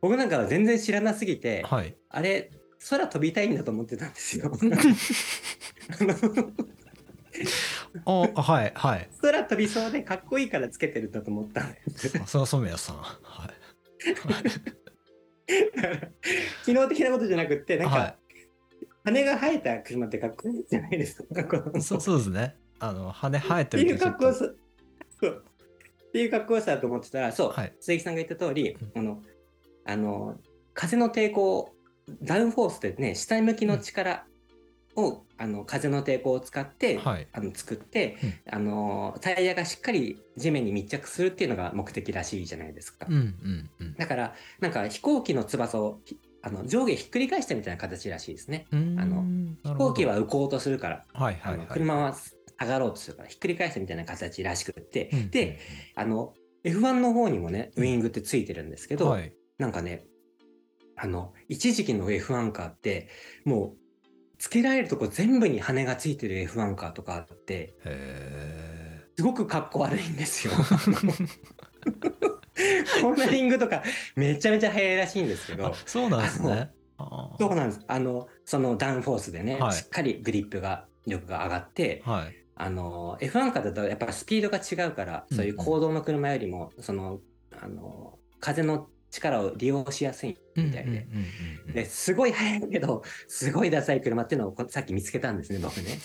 [SPEAKER 3] 僕なんかは全然知らなすぎて、
[SPEAKER 2] はい、
[SPEAKER 3] あれ空飛びたいんだと思ってたんです よあの
[SPEAKER 2] あ はいはい
[SPEAKER 3] 空飛びそうでかっこいいからつけてるんだと思ったんです
[SPEAKER 2] 浅田染谷さんはい
[SPEAKER 3] 機能的なことじゃなくってなんか、
[SPEAKER 2] は
[SPEAKER 3] 羽が生えた車ってかっこいいじゃないですか。こ
[SPEAKER 2] い、
[SPEAKER 3] の
[SPEAKER 2] そうそうですねあの羽生え
[SPEAKER 3] って
[SPEAKER 2] て
[SPEAKER 3] い
[SPEAKER 2] る
[SPEAKER 3] う
[SPEAKER 2] けど
[SPEAKER 3] 格好
[SPEAKER 2] ちょっ
[SPEAKER 3] さ、そうっていう格好さだと思ってたら、そう、
[SPEAKER 2] はい
[SPEAKER 3] 鈴木さんが言った通り、
[SPEAKER 2] う
[SPEAKER 3] あの、あの、風の抵抗、ダウンフォースでね、下向きの力を、あの風の抵抗を使って、
[SPEAKER 2] とはい
[SPEAKER 3] あの作って、あのタイヤがしっかり地面に密着するっていうのが目的らしいじゃないですか。
[SPEAKER 2] うんうんうん
[SPEAKER 3] だからなんか飛行機の翼をひあの上下ひっくり返したみたいな形らしいですね。
[SPEAKER 2] うーん
[SPEAKER 3] あの
[SPEAKER 2] なる
[SPEAKER 3] 飛
[SPEAKER 2] ほど
[SPEAKER 3] 行機は浮こうとするから、
[SPEAKER 2] はいは
[SPEAKER 3] あ
[SPEAKER 2] いは
[SPEAKER 3] の
[SPEAKER 2] い
[SPEAKER 3] 車は上がろうとするからひっくり返したみたいな形らしくって、
[SPEAKER 2] うん
[SPEAKER 3] であの F1 の方にもねウイングってついてるんですけど、
[SPEAKER 2] はい
[SPEAKER 3] なんかねあの一時期の F1 カーってもうつけられるとこ全部に羽がついてる F1 カーとかあって
[SPEAKER 2] へ
[SPEAKER 3] すごくかっこ悪いん ですよ。コーナリングとかめちゃめちゃ速いらしいんですけ
[SPEAKER 2] ー
[SPEAKER 3] ど
[SPEAKER 2] あ。そうなんですねあ
[SPEAKER 3] そう
[SPEAKER 2] ー
[SPEAKER 3] なんです。あの、そのダウンフォースでね、
[SPEAKER 2] はい
[SPEAKER 3] しっかりグリップが、力が上がって、
[SPEAKER 2] はい
[SPEAKER 3] あの、F1 カーだとやっぱスピードが違うから、
[SPEAKER 2] うん
[SPEAKER 3] そういう行動の車よりも、その、あの、風の力を利用しやすいみたい
[SPEAKER 2] う
[SPEAKER 3] で。
[SPEAKER 2] んうんうんうん
[SPEAKER 3] で、すごい速いけど、すごいダサい車っていうのをこさっき見つけたんですね、僕 ね。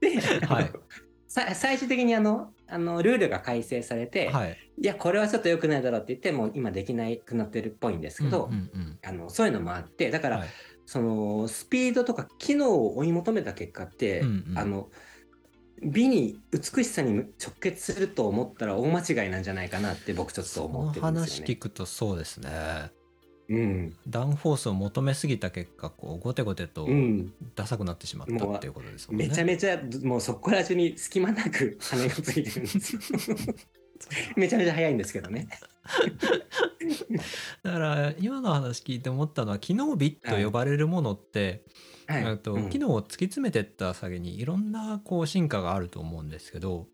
[SPEAKER 3] で、
[SPEAKER 2] はい
[SPEAKER 3] あの さ最終的にあの、あの、ルールが改正されて、
[SPEAKER 2] はい
[SPEAKER 3] い、や、これはちょっと良くないだろうって言って、もう今できないくなってるっぽいんですけど、
[SPEAKER 2] うんうん
[SPEAKER 3] あのそういうのもあってだ
[SPEAKER 2] う
[SPEAKER 3] か
[SPEAKER 2] ん
[SPEAKER 3] ら、
[SPEAKER 2] はい
[SPEAKER 3] そのスピードとか機能を追い求めた結果って、
[SPEAKER 2] うんうん
[SPEAKER 3] あの美に美しさに直結すると思ったら大間違いなんじゃないかなって僕ちょっと
[SPEAKER 2] そ
[SPEAKER 3] 思
[SPEAKER 2] の
[SPEAKER 3] ってるんです
[SPEAKER 2] 話
[SPEAKER 3] よね
[SPEAKER 2] 聞。くとそうですね
[SPEAKER 3] うん
[SPEAKER 2] ダウンフォースを求めすぎた結果こうゴテゴテと
[SPEAKER 3] うん、
[SPEAKER 2] ダサくなってしまったっていうことですもんね。
[SPEAKER 3] めちゃめちゃもうそこら中に隙間なく 羽がついてるんですよ。めちゃめちゃ速いんですけどね。
[SPEAKER 2] だから今の話聞いて思ったのは機能美と呼ばれるものって、
[SPEAKER 3] はい
[SPEAKER 2] えっと
[SPEAKER 3] うん
[SPEAKER 2] 機能を突き詰めてった先にいろんなこう進化があると思うんですけど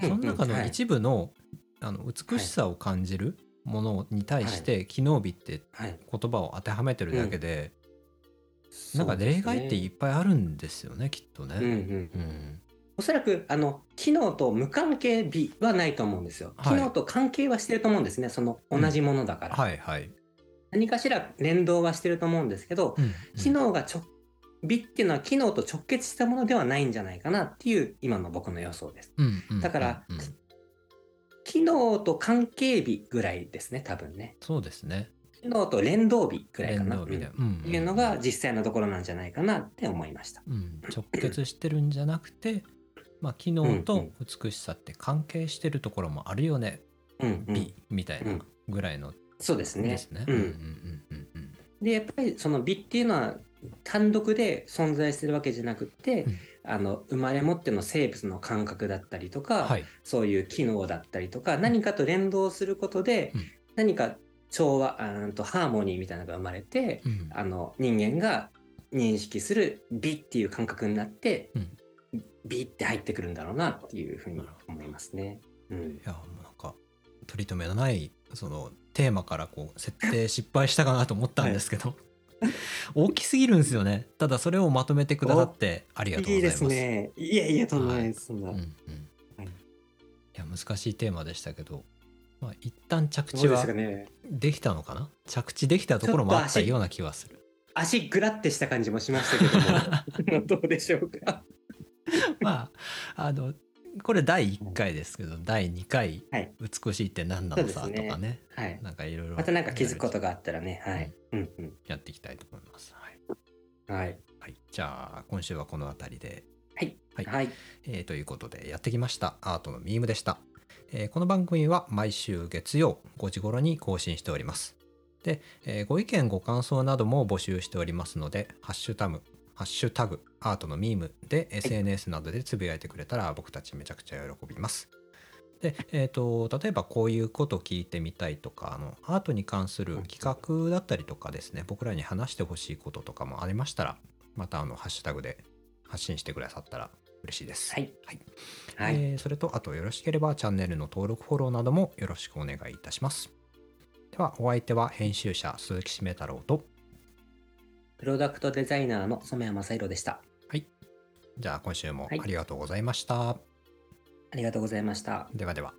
[SPEAKER 2] その中
[SPEAKER 3] うんうん
[SPEAKER 2] の
[SPEAKER 3] はい
[SPEAKER 2] 一部の,、あの美しさを感じるものに対して機能美って
[SPEAKER 3] はい、
[SPEAKER 2] 言葉を当てはめてるだけで、
[SPEAKER 3] な
[SPEAKER 2] なんか例外っていっぱいあるんですよねきっと
[SPEAKER 3] うんう
[SPEAKER 2] ね。
[SPEAKER 3] ん、
[SPEAKER 2] うん
[SPEAKER 3] おそらくあの機能と無関係美はないと思うんですよ。
[SPEAKER 2] は
[SPEAKER 3] 機
[SPEAKER 2] い
[SPEAKER 3] 能と関係はしてると思うんですね、その同じものだから。
[SPEAKER 2] はいはい。
[SPEAKER 3] 何かしら連動はしてると思うんですけど、
[SPEAKER 2] うんうん
[SPEAKER 3] 機能がちょ美っていうのは機能と直結したものではないんじゃないかなっていう今の僕の予想です。
[SPEAKER 2] うんうん
[SPEAKER 3] だから
[SPEAKER 2] うんうん
[SPEAKER 3] 機能と関係美ぐらいですね、多分ね。
[SPEAKER 2] そうですね。
[SPEAKER 3] 機能と連動美ぐらいかな。
[SPEAKER 2] 連動美で
[SPEAKER 3] うん
[SPEAKER 2] うん
[SPEAKER 3] っ
[SPEAKER 2] う
[SPEAKER 3] て
[SPEAKER 2] ん
[SPEAKER 3] いうのが実際のところなんじゃないかなって思いました。
[SPEAKER 2] うん、直結してるんじゃなくて、まあ、機能
[SPEAKER 3] うんう
[SPEAKER 2] と
[SPEAKER 3] ん
[SPEAKER 2] 美しさって関係してるところもあるよね、
[SPEAKER 3] うん、うん
[SPEAKER 2] 美、みたいなぐらいの
[SPEAKER 3] そうですね。
[SPEAKER 2] ですね。
[SPEAKER 3] う
[SPEAKER 2] うん
[SPEAKER 3] ん
[SPEAKER 2] うんうんうん
[SPEAKER 3] でやっぱりその美っていうのは単独で存在するわけじゃなくって、
[SPEAKER 2] うん
[SPEAKER 3] あの生まれ持っての生物の感覚だったりとか、
[SPEAKER 2] はい、
[SPEAKER 3] そういう機能だったりとか何かと連動することで、
[SPEAKER 2] うん
[SPEAKER 3] 何か調和あーんとハーモニーみたいなのが生まれて
[SPEAKER 2] うん
[SPEAKER 3] あの人間が認識する美っていう感覚になって、
[SPEAKER 2] うん
[SPEAKER 3] 美って入ってくるんだろうなっていうふうに思いますね。うん
[SPEAKER 2] いやもうなんか取り留めのないそのテーマからこう設定失敗したかなと思ったんですけど、大きすぎるんですよねただそれをまとめてくださってありがとうご
[SPEAKER 3] いい
[SPEAKER 2] ざい
[SPEAKER 3] で
[SPEAKER 2] ます
[SPEAKER 3] す。ね。いやいやとんでもないです。そんな
[SPEAKER 2] うんうん
[SPEAKER 3] はいい
[SPEAKER 2] や難しいテーマでしたけど、まあ、一旦着
[SPEAKER 3] ど
[SPEAKER 2] 地
[SPEAKER 3] うで
[SPEAKER 2] は
[SPEAKER 3] すかね。
[SPEAKER 2] できたのかな着地できたところもあったような気はする。
[SPEAKER 3] 足グラってした感じもしましたけ どもどうでしょうか
[SPEAKER 2] まああのこれ第1回ですけど第2回
[SPEAKER 3] はい
[SPEAKER 2] 「美しいって何なのさ」
[SPEAKER 3] そう
[SPEAKER 2] と
[SPEAKER 3] ですね
[SPEAKER 2] かね
[SPEAKER 3] はい
[SPEAKER 2] なんかいろいろ
[SPEAKER 3] またなんか気づくことがあったらねはい、うん
[SPEAKER 2] やっていきたいと思います。はい
[SPEAKER 3] うん、はい
[SPEAKER 2] はい、じゃあ今週はこの辺りで
[SPEAKER 3] はい
[SPEAKER 2] はい
[SPEAKER 3] はい
[SPEAKER 2] えーということでやってきましたアートのミームでした、えーこの番組は毎週月曜5時頃に更新しておりますで、えーご意見ご感想なども募集しておりますのでハッシュタグハッシュタグアートのミームで SNS などでつぶやいてくれたら僕たちめちゃくちゃ喜びますで、えー、と例えばこういうこと聞いてみたいとかあのアートに関する企画だったりとかですね僕らに話してほしいこととかもありましたらまたあのハッシュタグで発信してくださったら嬉しいです。
[SPEAKER 3] はい
[SPEAKER 2] はい
[SPEAKER 3] はい、
[SPEAKER 2] えーそれとあとよろしければチャンネルの登録フォローなどもよろしくお願いいたします。ではお相手は編集者鈴木しめ太郎と
[SPEAKER 3] プロダクトデザイナーの染谷正宏でした
[SPEAKER 2] じゃあ今週も
[SPEAKER 3] はい
[SPEAKER 2] ありがとうございました。
[SPEAKER 3] ありがとうございました
[SPEAKER 2] ではでは。